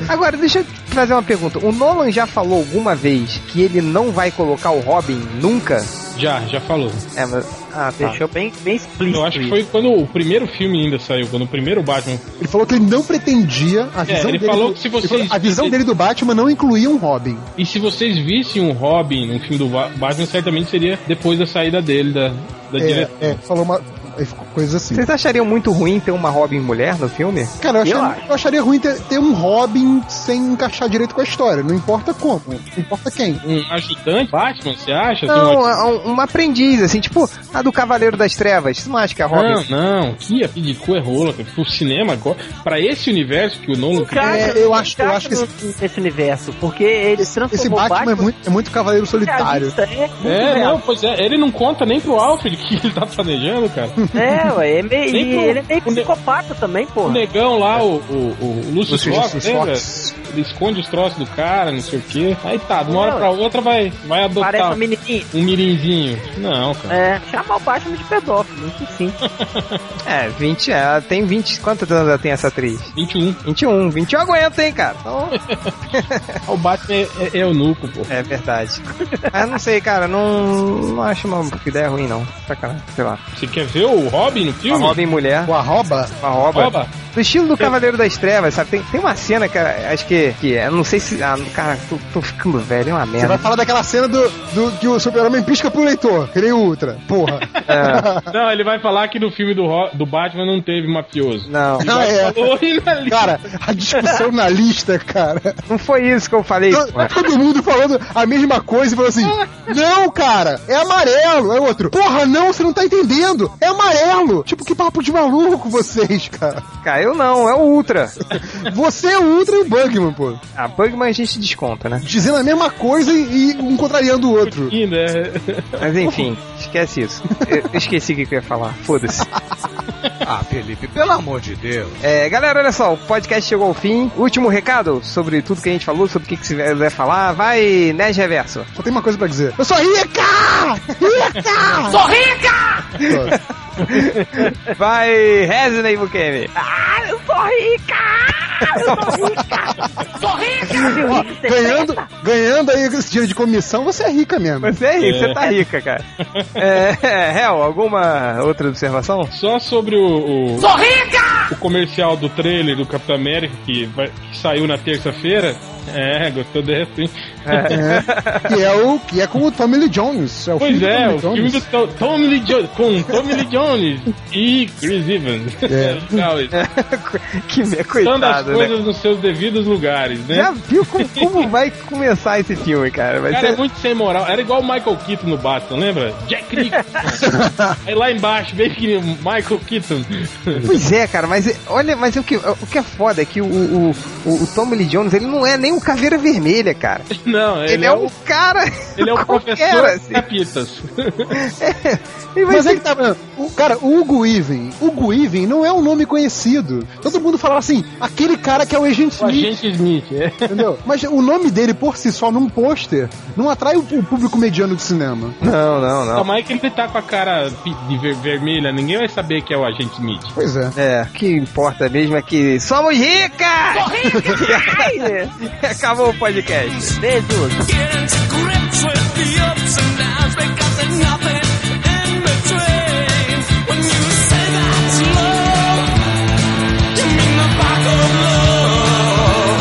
[SPEAKER 2] Agora, deixa eu te fazer uma pergunta. O Nolan já falou alguma vez que ele não vai colocar o Robin nunca?
[SPEAKER 5] Já, já falou.
[SPEAKER 1] É, mas. Ah, deixou bem, bem explícito.
[SPEAKER 5] Eu acho que
[SPEAKER 1] isso.
[SPEAKER 5] foi quando o primeiro filme ainda saiu, quando o primeiro Batman.
[SPEAKER 4] Ele falou que ele não pretendia a visão
[SPEAKER 5] É, ele
[SPEAKER 4] dele.
[SPEAKER 5] falou
[SPEAKER 4] do-
[SPEAKER 5] que se vocês-
[SPEAKER 4] ele a visão dele do Batman não incluía um Robin.
[SPEAKER 5] E se vocês vissem um Robin, um filme do Ba- Batman, certamente seria depois da saída dele, da, da
[SPEAKER 4] É,
[SPEAKER 5] direção.
[SPEAKER 4] é, falou uma aí ficou coisa assim.
[SPEAKER 2] Vocês achariam muito ruim ter uma Robin mulher no filme?
[SPEAKER 4] Cara, eu
[SPEAKER 1] Eu
[SPEAKER 4] acharia, eu acharia ruim ter, ter um Robin sem encaixar direito com a história. Não importa como, não importa quem.
[SPEAKER 5] Um ajudante Batman, você acha?
[SPEAKER 2] Não,
[SPEAKER 5] Assim,
[SPEAKER 2] é um, um aprendiz, assim, tipo a do Cavaleiro das Trevas. Tu não acha que é a
[SPEAKER 5] um-
[SPEAKER 2] Robin.
[SPEAKER 5] não, não, que a de cu é rola, cara. Pro cinema agora, pra esse universo que o Nolan criou,
[SPEAKER 1] Encaixa,
[SPEAKER 4] É, eu acho-
[SPEAKER 1] encaixa
[SPEAKER 4] eu acho que
[SPEAKER 1] no- nesse universo, porque ele transformou
[SPEAKER 4] Esse
[SPEAKER 1] o
[SPEAKER 4] Batman, é, muito, é muito cavaleiro solitário.
[SPEAKER 1] realista, é, muito
[SPEAKER 5] É,
[SPEAKER 1] real.
[SPEAKER 5] não, pois é, ele não conta nem pro Alfred que ele tá planejando, cara.
[SPEAKER 1] É, ué, é meio,
[SPEAKER 5] Nem
[SPEAKER 1] e
[SPEAKER 5] pro-
[SPEAKER 1] ele é meio
[SPEAKER 5] pro ne-
[SPEAKER 1] psicopata também,
[SPEAKER 5] O
[SPEAKER 1] pô.
[SPEAKER 5] negão lá, o, o, o Lúcio
[SPEAKER 4] Lúcio
[SPEAKER 5] Fox,
[SPEAKER 4] Fox.
[SPEAKER 5] lembra? Ele esconde os troços do cara, não sei o quê. Aí tá, de uma hora
[SPEAKER 1] Não,
[SPEAKER 5] pra outra vai, vai
[SPEAKER 1] Parece
[SPEAKER 5] adotar
[SPEAKER 1] uma menininha.
[SPEAKER 5] um mirinzinho. Não, cara.
[SPEAKER 1] É, chamar o Batman de pedófilo, isso sim.
[SPEAKER 2] É, 20. Ela tem 20. Quantos anos ela tem essa atriz?
[SPEAKER 5] 21.
[SPEAKER 2] 21. 21 aguenta, hein, cara? Então,
[SPEAKER 5] Ah, O Batman é, é, é eunuco, pô.
[SPEAKER 2] é verdade. Mas não sei, cara, não, não acho uma ideia ruim, não. Sacanagem, sei lá.
[SPEAKER 5] Você quer ver o Robin no
[SPEAKER 2] Uma
[SPEAKER 5] filme?
[SPEAKER 2] Robin mulher,
[SPEAKER 4] O Arroba,
[SPEAKER 2] uma Robin.
[SPEAKER 5] Oba.
[SPEAKER 2] Do estilo do Cavaleiro das Trevas, sabe? Tem, tem uma cena que eu acho que. que eu não sei se. Ah, cara, tô, tô ficando velho, é uma
[SPEAKER 4] você vai
[SPEAKER 2] merda.
[SPEAKER 4] falar daquela cena do, do que o super-homem pisca pro leitor. Criei o Ultra. Porra.
[SPEAKER 5] Não, ele vai falar que no filme do, Ro- do Batman não teve mafioso.
[SPEAKER 2] Não,
[SPEAKER 4] Ah, é.
[SPEAKER 5] Falou e na lista.
[SPEAKER 4] Cara, a discussão na lista, cara.
[SPEAKER 2] não foi isso que eu falei.
[SPEAKER 4] To-
[SPEAKER 2] porra.
[SPEAKER 4] Todo mundo falando a mesma coisa e falou assim: Não, cara, é amarelo. É outro: Porra, não, você não tá entendendo. É amarelo. Tipo, que papo de maluco vocês, cara.
[SPEAKER 2] Cara, eu não, é o Ultra.
[SPEAKER 4] Você é o Ultra e o Bugman, pô.
[SPEAKER 2] A Bugman a gente desconta, né?
[SPEAKER 4] Dizendo a mesma coisa e, e um contrariando o outro.
[SPEAKER 5] Ainda é-
[SPEAKER 2] Mas enfim, esquece isso. Eu, eu esqueci o que que eu ia falar. Foda-se.
[SPEAKER 7] Ah, Felipe, pelo amor de Deus.
[SPEAKER 2] É, galera, olha só, o podcast chegou ao fim. Último recado sobre tudo que a gente falou, sobre o que, que você vai falar. Vai, né, Reverso?
[SPEAKER 4] Só tem uma coisa pra dizer: Eu sou rica! Rica!
[SPEAKER 3] Sou rica!
[SPEAKER 2] Vai, Resident Evil Kemi.
[SPEAKER 3] Ah, eu sou rica! Eu sou rica! sou rica!
[SPEAKER 1] Viu, Rick, você-
[SPEAKER 4] ganhando, ganhando aí esse dinheiro de comissão, você é rica mesmo.
[SPEAKER 2] Você é rico,
[SPEAKER 5] É.
[SPEAKER 2] você tá rica, cara. É, Hel, alguma outra observação?
[SPEAKER 5] Só sobre o, o,
[SPEAKER 3] Sou rica!
[SPEAKER 5] o comercial do trailer do Capitão América que, vai- que saiu na terça-feira. É, gostou dessa, hein?
[SPEAKER 4] É, que é o que é com o Tommy Lee Jones. É o
[SPEAKER 5] Pois
[SPEAKER 4] filho
[SPEAKER 5] é,
[SPEAKER 4] do
[SPEAKER 5] o filme do To- Tommy Lee Jones, com Tommy Lee Jones e Chris Evans.
[SPEAKER 4] É.
[SPEAKER 5] legal isso.
[SPEAKER 2] que me
[SPEAKER 5] Estando as
[SPEAKER 2] coitado, né?
[SPEAKER 5] coisas nos seus devidos lugares, né?
[SPEAKER 2] Já viu como, como vai começar esse filme, cara? Vai
[SPEAKER 5] Cara, é
[SPEAKER 2] ser...
[SPEAKER 5] muito sem moral. Era igual o Michael Keaton no Batman, lembra? Jack Nicholson. Aí lá embaixo, bem pequenininho, Michael Keaton.
[SPEAKER 2] Pois é, cara, mas é- olha, mas o que, o que é foda é que o, o, o, o Tommy Lee Jones, ele não é nem o Caveira Vermelha, cara.
[SPEAKER 5] Não,
[SPEAKER 2] Ele, é, um cara.
[SPEAKER 5] Ele é o
[SPEAKER 2] qualquer,
[SPEAKER 5] professor
[SPEAKER 2] assim.
[SPEAKER 5] Capitas.
[SPEAKER 2] Ele vai
[SPEAKER 4] Mas
[SPEAKER 2] ser-
[SPEAKER 4] é que tá. O, cara, o Hugo Even. Hugo Even não é um nome conhecido. Todo mundo fala assim, aquele cara que é o Agent
[SPEAKER 5] O
[SPEAKER 4] Smith,
[SPEAKER 5] agente Smith. É.
[SPEAKER 4] entendeu? Mas o nome dele por si só num pôster não atrai o, o público mediano de cinema.
[SPEAKER 2] Não, não,
[SPEAKER 5] Não,
[SPEAKER 2] não.
[SPEAKER 5] mas é que ele tá com a cara pi- de ver- vermelha, ninguém vai saber que é o agente Smith.
[SPEAKER 4] Pois é.
[SPEAKER 2] É, o que importa mesmo é que somos ricas!
[SPEAKER 3] Sou rica!
[SPEAKER 2] Acabou o podcast.
[SPEAKER 1] Beijos.
[SPEAKER 6] Get into grips with the ups and downs because there's nothing in between. When you say that's love, you mean the back of love.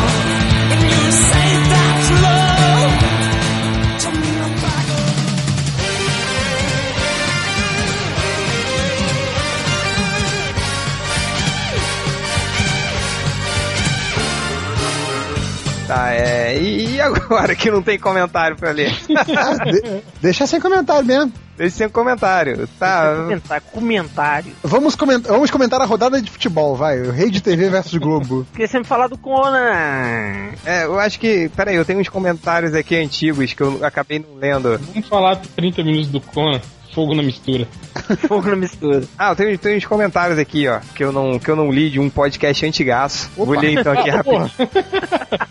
[SPEAKER 6] When you say that's love, you mean the back of love.
[SPEAKER 2] Tá, é. E e agora que não tem comentário pra ler?
[SPEAKER 4] Ah, De- deixa sem comentário mesmo.
[SPEAKER 2] Deixa sem comentário. Tá.
[SPEAKER 1] Comentar, comentário.
[SPEAKER 4] Vamos, coment- vamos comentar a rodada de futebol, vai. O Rei de TV versus Globo.
[SPEAKER 1] Queria sempre falar do Conan.
[SPEAKER 2] É, eu acho que. Peraí, eu tenho uns comentários aqui antigos que eu acabei não lendo.
[SPEAKER 5] Vamos falar 30 minutos do Conan, fogo na mistura.
[SPEAKER 1] Fogo na mistura.
[SPEAKER 2] Ah, eu tenho, tenho uns comentários aqui, ó, que eu não, que eu não li de um podcast antigaço. Vou ler então aqui rapidinho.
[SPEAKER 5] Porra.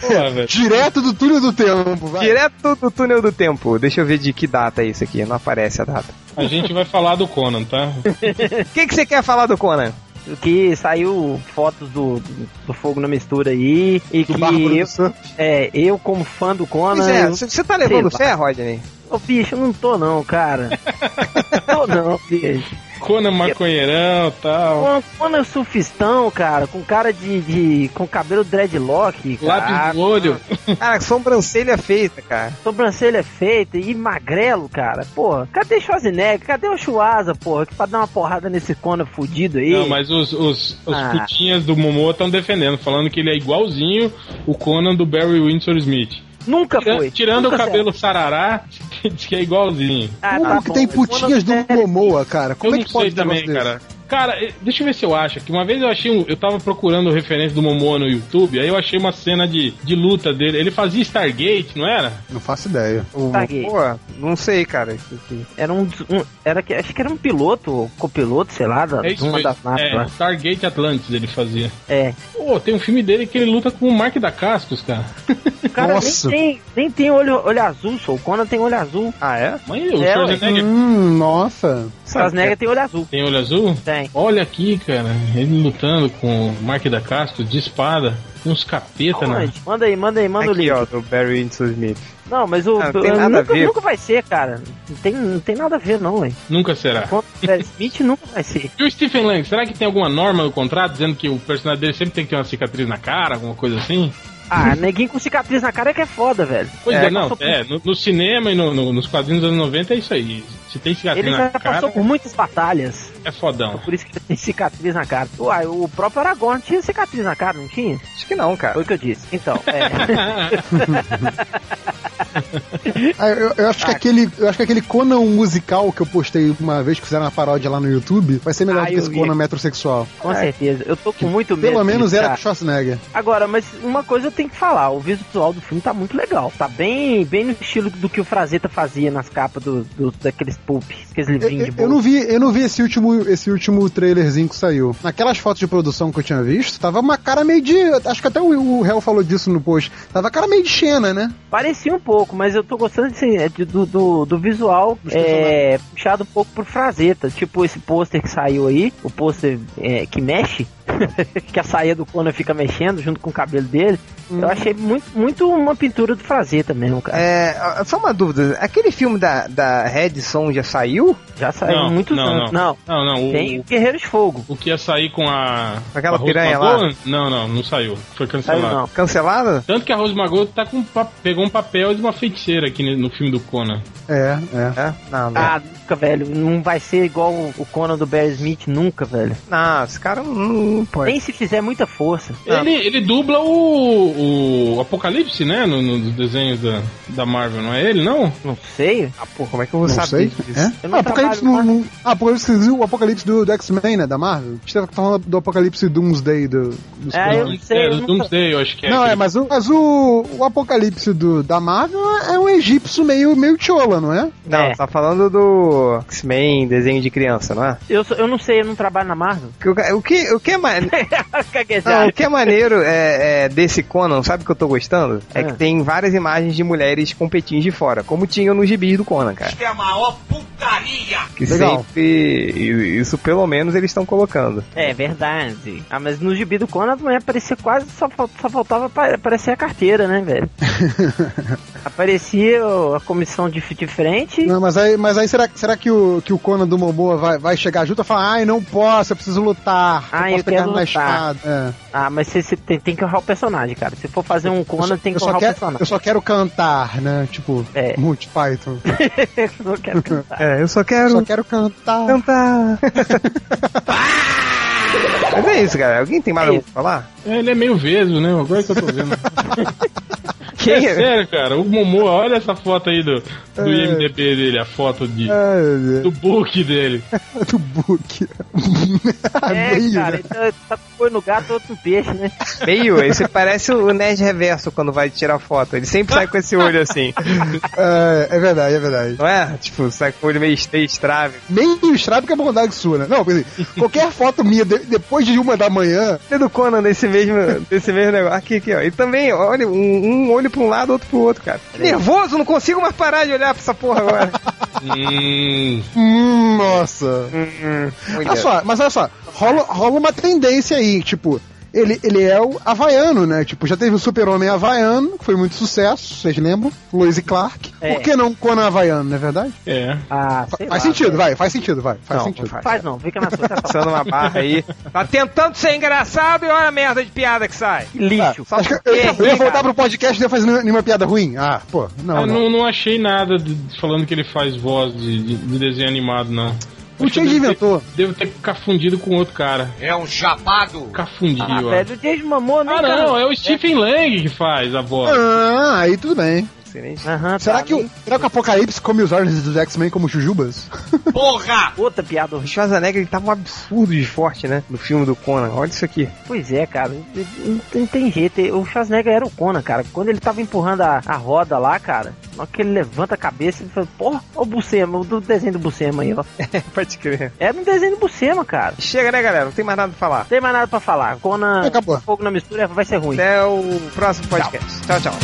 [SPEAKER 5] Porra, velho.
[SPEAKER 4] Direto do túnel do tempo, vai.
[SPEAKER 2] Direto do túnel do tempo. Deixa eu ver de que data é isso aqui. Não aparece a data.
[SPEAKER 5] A gente vai falar do Conan, tá?
[SPEAKER 2] O que que você quer falar do Conan?
[SPEAKER 1] que saiu fotos do, do, do fogo na mistura aí e
[SPEAKER 4] Bárbara
[SPEAKER 1] que
[SPEAKER 4] do
[SPEAKER 1] eu,
[SPEAKER 4] Santos.
[SPEAKER 1] é, eu como fã do Conan
[SPEAKER 2] Pois é,
[SPEAKER 1] eu-
[SPEAKER 2] você tá levando
[SPEAKER 1] sei
[SPEAKER 2] fé, Rodney?
[SPEAKER 1] Ô, bicho, eu não tô não, cara. tô não, bicho.
[SPEAKER 5] Conan maconheirão e tal.
[SPEAKER 1] Uma Conan sufistão, cara, com cara de. de com cabelo dreadlock, cara,
[SPEAKER 5] Lápis no olho.
[SPEAKER 2] Cara, sobrancelha feita, cara.
[SPEAKER 1] sobrancelha é feita e magrelo, cara. Porra, cadê Schwarzenegger? Cadê o Chuasa, porra? Que pra dar uma porrada nesse Conan fudido aí.
[SPEAKER 5] Não, mas os, os, os
[SPEAKER 1] Ah.
[SPEAKER 5] putinhas do Momoa estão defendendo, falando que ele é igualzinho o Conan do Barry Windsor Smith.
[SPEAKER 1] Nunca
[SPEAKER 5] Tira-
[SPEAKER 1] foi.
[SPEAKER 5] Tirando
[SPEAKER 1] Nunca
[SPEAKER 5] o cabelo sarará, diz que é igualzinho.
[SPEAKER 1] Ah,
[SPEAKER 4] Como é
[SPEAKER 1] tá
[SPEAKER 4] que
[SPEAKER 1] bom,
[SPEAKER 4] tem
[SPEAKER 1] mas Conan
[SPEAKER 4] putinhas do
[SPEAKER 1] sério,
[SPEAKER 4] Momoa, cara? Como
[SPEAKER 5] eu
[SPEAKER 4] é
[SPEAKER 5] não
[SPEAKER 4] que pode um
[SPEAKER 5] sei também,
[SPEAKER 4] negócio
[SPEAKER 5] cara. Cara, eh, deixa eu ver se eu acho aqui. Uma vez eu achei um, Eu tava procurando referência do Momoa no YouTube, aí eu achei uma cena de, de luta dele. Ele fazia Stargate, não era?
[SPEAKER 4] desse? Não faço ideia.
[SPEAKER 1] tá gay.
[SPEAKER 2] Pô, não sei, cara.
[SPEAKER 1] Era um, um- era que acho que era um piloto, copiloto, sei lá, da,
[SPEAKER 5] É
[SPEAKER 1] de
[SPEAKER 5] isso
[SPEAKER 1] uma
[SPEAKER 5] mesmo.
[SPEAKER 1] das né? naves
[SPEAKER 5] É,
[SPEAKER 1] lá.
[SPEAKER 5] Stargate Atlantis ele fazia.
[SPEAKER 1] É.
[SPEAKER 5] Pô, tem um filme dele que ele luta com o Mark da Cascos, cara.
[SPEAKER 1] O cara
[SPEAKER 4] Nossa.
[SPEAKER 1] nem tem, nem tem olho, olho azul, só o Conan tem olho azul.
[SPEAKER 2] Ah, é?
[SPEAKER 5] Mas o
[SPEAKER 1] É,
[SPEAKER 5] Schwarzenegger
[SPEAKER 4] Hum, nossa.
[SPEAKER 5] é?
[SPEAKER 1] Schwarzenegger tem olho azul.
[SPEAKER 5] tem olho azul?
[SPEAKER 1] Tem.
[SPEAKER 5] Olha aqui, cara, ele lutando com o Mark da Cascos de espada, tem uns capeta na.
[SPEAKER 1] Onde? Manda aí, manda aí, manda o
[SPEAKER 2] Aqui,
[SPEAKER 1] link.
[SPEAKER 2] ó, do Barry Winsor Smith.
[SPEAKER 1] Não, mas o.
[SPEAKER 2] Ah, não tem nada a
[SPEAKER 1] nunca,
[SPEAKER 2] ver.
[SPEAKER 1] nunca vai ser, cara. Não tem, não tem nada a ver, não, velho.
[SPEAKER 5] Nunca será.
[SPEAKER 1] Quando tiver Smith, nunca vai ser.
[SPEAKER 5] E o Stephen Lang, será que tem alguma norma no contrato dizendo que o personagem dele sempre tem que ter uma cicatriz na cara, alguma coisa assim?
[SPEAKER 1] Ah, neguinho com cicatriz na cara é que é foda, velho.
[SPEAKER 5] Pois
[SPEAKER 1] É,
[SPEAKER 5] é, não,
[SPEAKER 1] passou por-
[SPEAKER 5] é, no, no cinema e no- no- nos quadrinhos dos anos 90 é isso aí. Se tem cicatriz
[SPEAKER 1] Ele
[SPEAKER 5] na
[SPEAKER 1] já
[SPEAKER 5] cara,
[SPEAKER 1] passou por muitas batalhas.
[SPEAKER 5] é fodão.
[SPEAKER 1] Por isso que ele tem cicatriz na cara. Uai, o próprio Aragorn tinha cicatriz na cara, não tinha?
[SPEAKER 2] Acho que não, cara.
[SPEAKER 1] Foi o que eu disse. Então, é.
[SPEAKER 4] Ah, eu, eu
[SPEAKER 1] Tá.
[SPEAKER 4] acho que aquele, eu acho que aquele Conan musical que eu postei uma vez que fizeram uma paródia lá no YouTube vai ser melhor
[SPEAKER 1] Ah,
[SPEAKER 4] do que
[SPEAKER 1] eu
[SPEAKER 4] esse
[SPEAKER 1] vi.
[SPEAKER 4] Conan metrosexual.
[SPEAKER 1] Com certeza. Eu tô com muito medo.
[SPEAKER 4] Pelo menos
[SPEAKER 1] disso,
[SPEAKER 4] era
[SPEAKER 1] cara.
[SPEAKER 4] com Schwarzenegger.
[SPEAKER 1] Agora, mas uma coisa eu tenho que falar: o visual do filme tá muito legal. Tá bem, bem no estilo do que o Frazetta fazia nas capas do, do- daqueles pulp, aqueles
[SPEAKER 4] Eu,
[SPEAKER 1] livrinhos de
[SPEAKER 4] eu- eu não vi, eu não vi esse último, esse último trailerzinho que saiu. Naquelas fotos de produção que eu tinha visto, tava uma cara meio de, acho que até o, o Hell falou disso no post. Tava cara meio de Xena, né?
[SPEAKER 1] Parecia um pouco, mas eu tô gostando assim, é, de- do, do, do visual é, puxado um pouco por Frazetta. Tipo esse pôster que saiu aí, o pôster é, que mexe, que a saia do Conan fica mexendo junto com o cabelo dele. Eu achei muito, muito uma pintura do Frazetta mesmo, cara.
[SPEAKER 2] É, ah, só uma dúvida. Aquele filme da, da Red Son já saiu?
[SPEAKER 1] Já saiu
[SPEAKER 5] Não,
[SPEAKER 1] muito
[SPEAKER 5] não,
[SPEAKER 1] anos. Não,
[SPEAKER 5] Não, não,
[SPEAKER 1] tem o
[SPEAKER 5] o,
[SPEAKER 1] Guerreiro de Fogo.
[SPEAKER 5] o que ia sair com a.
[SPEAKER 2] Com aquela
[SPEAKER 5] a Rose
[SPEAKER 2] piranha
[SPEAKER 5] Magoa? Não, não, não saiu. Foi
[SPEAKER 1] Saiu
[SPEAKER 5] cancelado.
[SPEAKER 1] não.
[SPEAKER 2] Cancelado?
[SPEAKER 5] Tanto que a Rose Magoa tá com pa- pegou um papel de uma feiticeira aqui ne- no filme do Conan.
[SPEAKER 4] É, é.
[SPEAKER 2] É? Não, não.
[SPEAKER 1] Ah, nunca, velho. Não vai ser igual o o Conan do Barry Smith, nunca, velho.
[SPEAKER 2] Não, esse cara não, não pode.
[SPEAKER 1] Nem se fizer muita força.
[SPEAKER 2] Ah.
[SPEAKER 5] Ele, ele dubla o, o Apocalipse, né? no- no- Nos desenhos da, da Marvel, não é ele, não?
[SPEAKER 1] Não sei.
[SPEAKER 2] Ah, pô, como é que eu vou
[SPEAKER 4] Não
[SPEAKER 2] saber
[SPEAKER 4] sei.
[SPEAKER 2] disso?
[SPEAKER 4] É?
[SPEAKER 1] Eu não
[SPEAKER 4] Ah, Apocalipse
[SPEAKER 1] trabalho
[SPEAKER 4] não- não- Ah, Apocalipse quer dizer o Apocalipse do, do X-Men, né? Da Marvel? A gente tá falando do Apocalipse Doomsday do, dos
[SPEAKER 1] É, eu
[SPEAKER 4] Conan.
[SPEAKER 1] não sei.
[SPEAKER 5] é,
[SPEAKER 1] Eu
[SPEAKER 5] do
[SPEAKER 1] nunca...
[SPEAKER 5] Doomsday, eu acho que é.
[SPEAKER 4] Não, é,
[SPEAKER 5] aquele-
[SPEAKER 4] mas o, mas o, o Apocalipse do, da Marvel é um egípcio meio, meio chola, não é?
[SPEAKER 2] Não,
[SPEAKER 1] É.
[SPEAKER 2] tá falando do X-Men, desenho de criança, não é?
[SPEAKER 1] Eu, sou- eu não sei, eu não trabalho na Marvel.
[SPEAKER 2] Que O ca- o que, o que é mais... Não,
[SPEAKER 1] Caguejada.
[SPEAKER 2] o que é maneiro é, é, desse Conan, sabe o que eu tô gostando? É,
[SPEAKER 1] É.
[SPEAKER 2] que tem várias imagens de mulheres com petinhos de fora, como tinham nos gibis do Conan, cara.
[SPEAKER 6] é a maior putaria!
[SPEAKER 2] Que
[SPEAKER 4] Legal.
[SPEAKER 2] sempre. e- Isso pelo menos eles estão colocando.
[SPEAKER 1] É verdade. Ah, mas no gibi do Conan não ia aparecer quase, só, fal- só faltava pa- aparecer a carteira, né, velho? Aparecia o- a comissão de, de frente.
[SPEAKER 4] Não, mas aí, mas aí será, será que, o, que o Conan do Momoa vai, vai chegar junto e falar, ai, não posso, eu preciso lutar.
[SPEAKER 1] Ai,
[SPEAKER 4] posso
[SPEAKER 1] eu quero
[SPEAKER 4] pegar uma
[SPEAKER 1] lutar."
[SPEAKER 4] espada." É.
[SPEAKER 1] Ah, mas você, você tem, tem que honrar o personagem, cara. Se for fazer um Conan, tem
[SPEAKER 4] Eu,
[SPEAKER 1] que
[SPEAKER 4] só
[SPEAKER 1] honrar o
[SPEAKER 4] quero, eu
[SPEAKER 1] personagem.
[SPEAKER 4] só quero cantar, né? Tipo,
[SPEAKER 1] É.
[SPEAKER 4] Monty Python.
[SPEAKER 1] Eu não quero cantar.
[SPEAKER 2] É, eu só
[SPEAKER 4] Eu
[SPEAKER 2] quero
[SPEAKER 4] só quero
[SPEAKER 2] Então
[SPEAKER 4] cantar.
[SPEAKER 2] cantar. Mas é isso, galera. Alguém tem mais
[SPEAKER 1] É
[SPEAKER 2] algo pra falar?
[SPEAKER 5] É, ele é meio vesgo, né? Agora que eu tô vendo.
[SPEAKER 2] Quem
[SPEAKER 5] é
[SPEAKER 2] é?
[SPEAKER 5] sério, cara. O Momoa, olha essa foto aí do, do IMDB dele, a foto de,
[SPEAKER 4] Ai, meu
[SPEAKER 5] do book dele.
[SPEAKER 4] Deus. do É, book.
[SPEAKER 1] É,
[SPEAKER 4] Meio,
[SPEAKER 1] cara,
[SPEAKER 4] né?
[SPEAKER 1] então, tá com um olho no gato, outro no peixe, né?
[SPEAKER 2] Meio, esse parece o Nerd Reverso quando vai tirar foto. Ele sempre sai com esse olho assim,
[SPEAKER 4] É, é verdade, é verdade.
[SPEAKER 2] não é? Tipo, sai com o olho meio estrave.
[SPEAKER 4] Meio estrado que é bondade sua, né? Não, quer dizer, qualquer foto minha de- depois de uma da manhã,
[SPEAKER 2] Tem do Conan desse mesmo, desse mesmo negócio. Aqui, aqui, ó. E também, olha, um, um olho pra um lado, outro pro outro, cara. Que nervoso, não consigo mais parar de olhar pra essa porra agora.
[SPEAKER 5] Hum,
[SPEAKER 4] hum, nossa.
[SPEAKER 2] Hum,
[SPEAKER 4] Olha só, mas olha só, rola, rola uma tendência aí, tipo, ele, ele é o havaiano, né? Tipo, já teve o Super-Homem Havaiano, que foi muito sucesso, vocês lembram? Lois e Clark.
[SPEAKER 1] É.
[SPEAKER 4] Por que não Conan Havaiano, não é verdade?
[SPEAKER 5] É.
[SPEAKER 1] Ah, sei
[SPEAKER 4] faz
[SPEAKER 1] lá,
[SPEAKER 4] sentido, vai, faz sentido, vai. Faz
[SPEAKER 2] Não,
[SPEAKER 4] sentido.
[SPEAKER 2] não faz.
[SPEAKER 1] Faz não, fica na sua. tá bom.
[SPEAKER 2] Passando uma barra aí. Tá tentando ser engraçado e olha a merda de piada que sai.
[SPEAKER 1] Que lixo.
[SPEAKER 4] Ah, Acho que eu, eu ia voltar pro podcast e ia fazer nenhuma piada ruim. Ah, pô, não.
[SPEAKER 5] eu
[SPEAKER 4] não.
[SPEAKER 5] não, não achei nada de- falando que ele faz voz de, de- de desenho animado, não.
[SPEAKER 4] O Change inventou.
[SPEAKER 5] Devo ter cafundido com outro cara.
[SPEAKER 7] É um chapado.
[SPEAKER 5] Cafundiu,
[SPEAKER 1] Ah,
[SPEAKER 5] ó.
[SPEAKER 1] velho, o James Mamona,
[SPEAKER 5] Ah, não, é o Stephen Lang que faz a voz.
[SPEAKER 4] Ah, aí tudo bem.
[SPEAKER 1] Aham,
[SPEAKER 4] Será,
[SPEAKER 1] tá,
[SPEAKER 4] que o,
[SPEAKER 1] nem-
[SPEAKER 4] será que o Apocalipse come os olhos dos X-Men como jujubas?
[SPEAKER 7] Porra!
[SPEAKER 1] Ah, Outra piada
[SPEAKER 2] O
[SPEAKER 1] horrível.
[SPEAKER 2] Schwarzenegger ele tava um absurdo de forte, né? No filme do Conan. Olha isso aqui.
[SPEAKER 1] Pois é, cara. Não tem, tem jeito. O Schwarzenegger era o Conan, cara. Quando ele tava empurrando a, a roda lá, cara, na hora que ele levanta a cabeça, ele fala, porra, ó o Bucema, o do desenho do Bucema aí, ó.
[SPEAKER 2] Pode crer.
[SPEAKER 1] Era um desenho do Bucema, cara.
[SPEAKER 2] Chega, né, galera? Não tem mais nada pra falar.
[SPEAKER 1] Não tem mais nada pra falar. Conan,
[SPEAKER 4] Acabou.
[SPEAKER 1] fogo na mistura, vai ser ruim.
[SPEAKER 2] Até o próximo podcast. Tchau, tchau.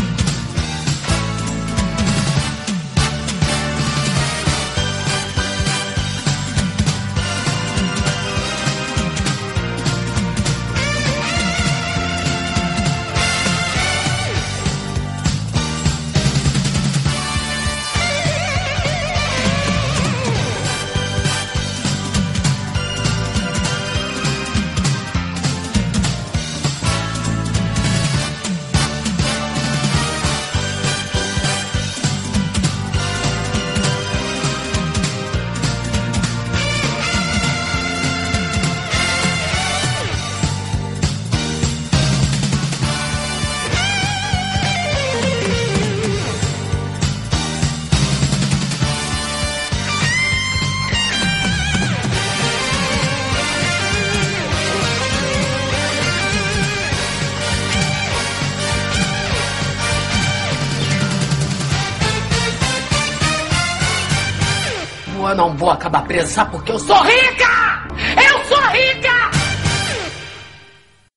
[SPEAKER 3] Eu não vou acabar presa porque eu sou rica! Eu sou rica!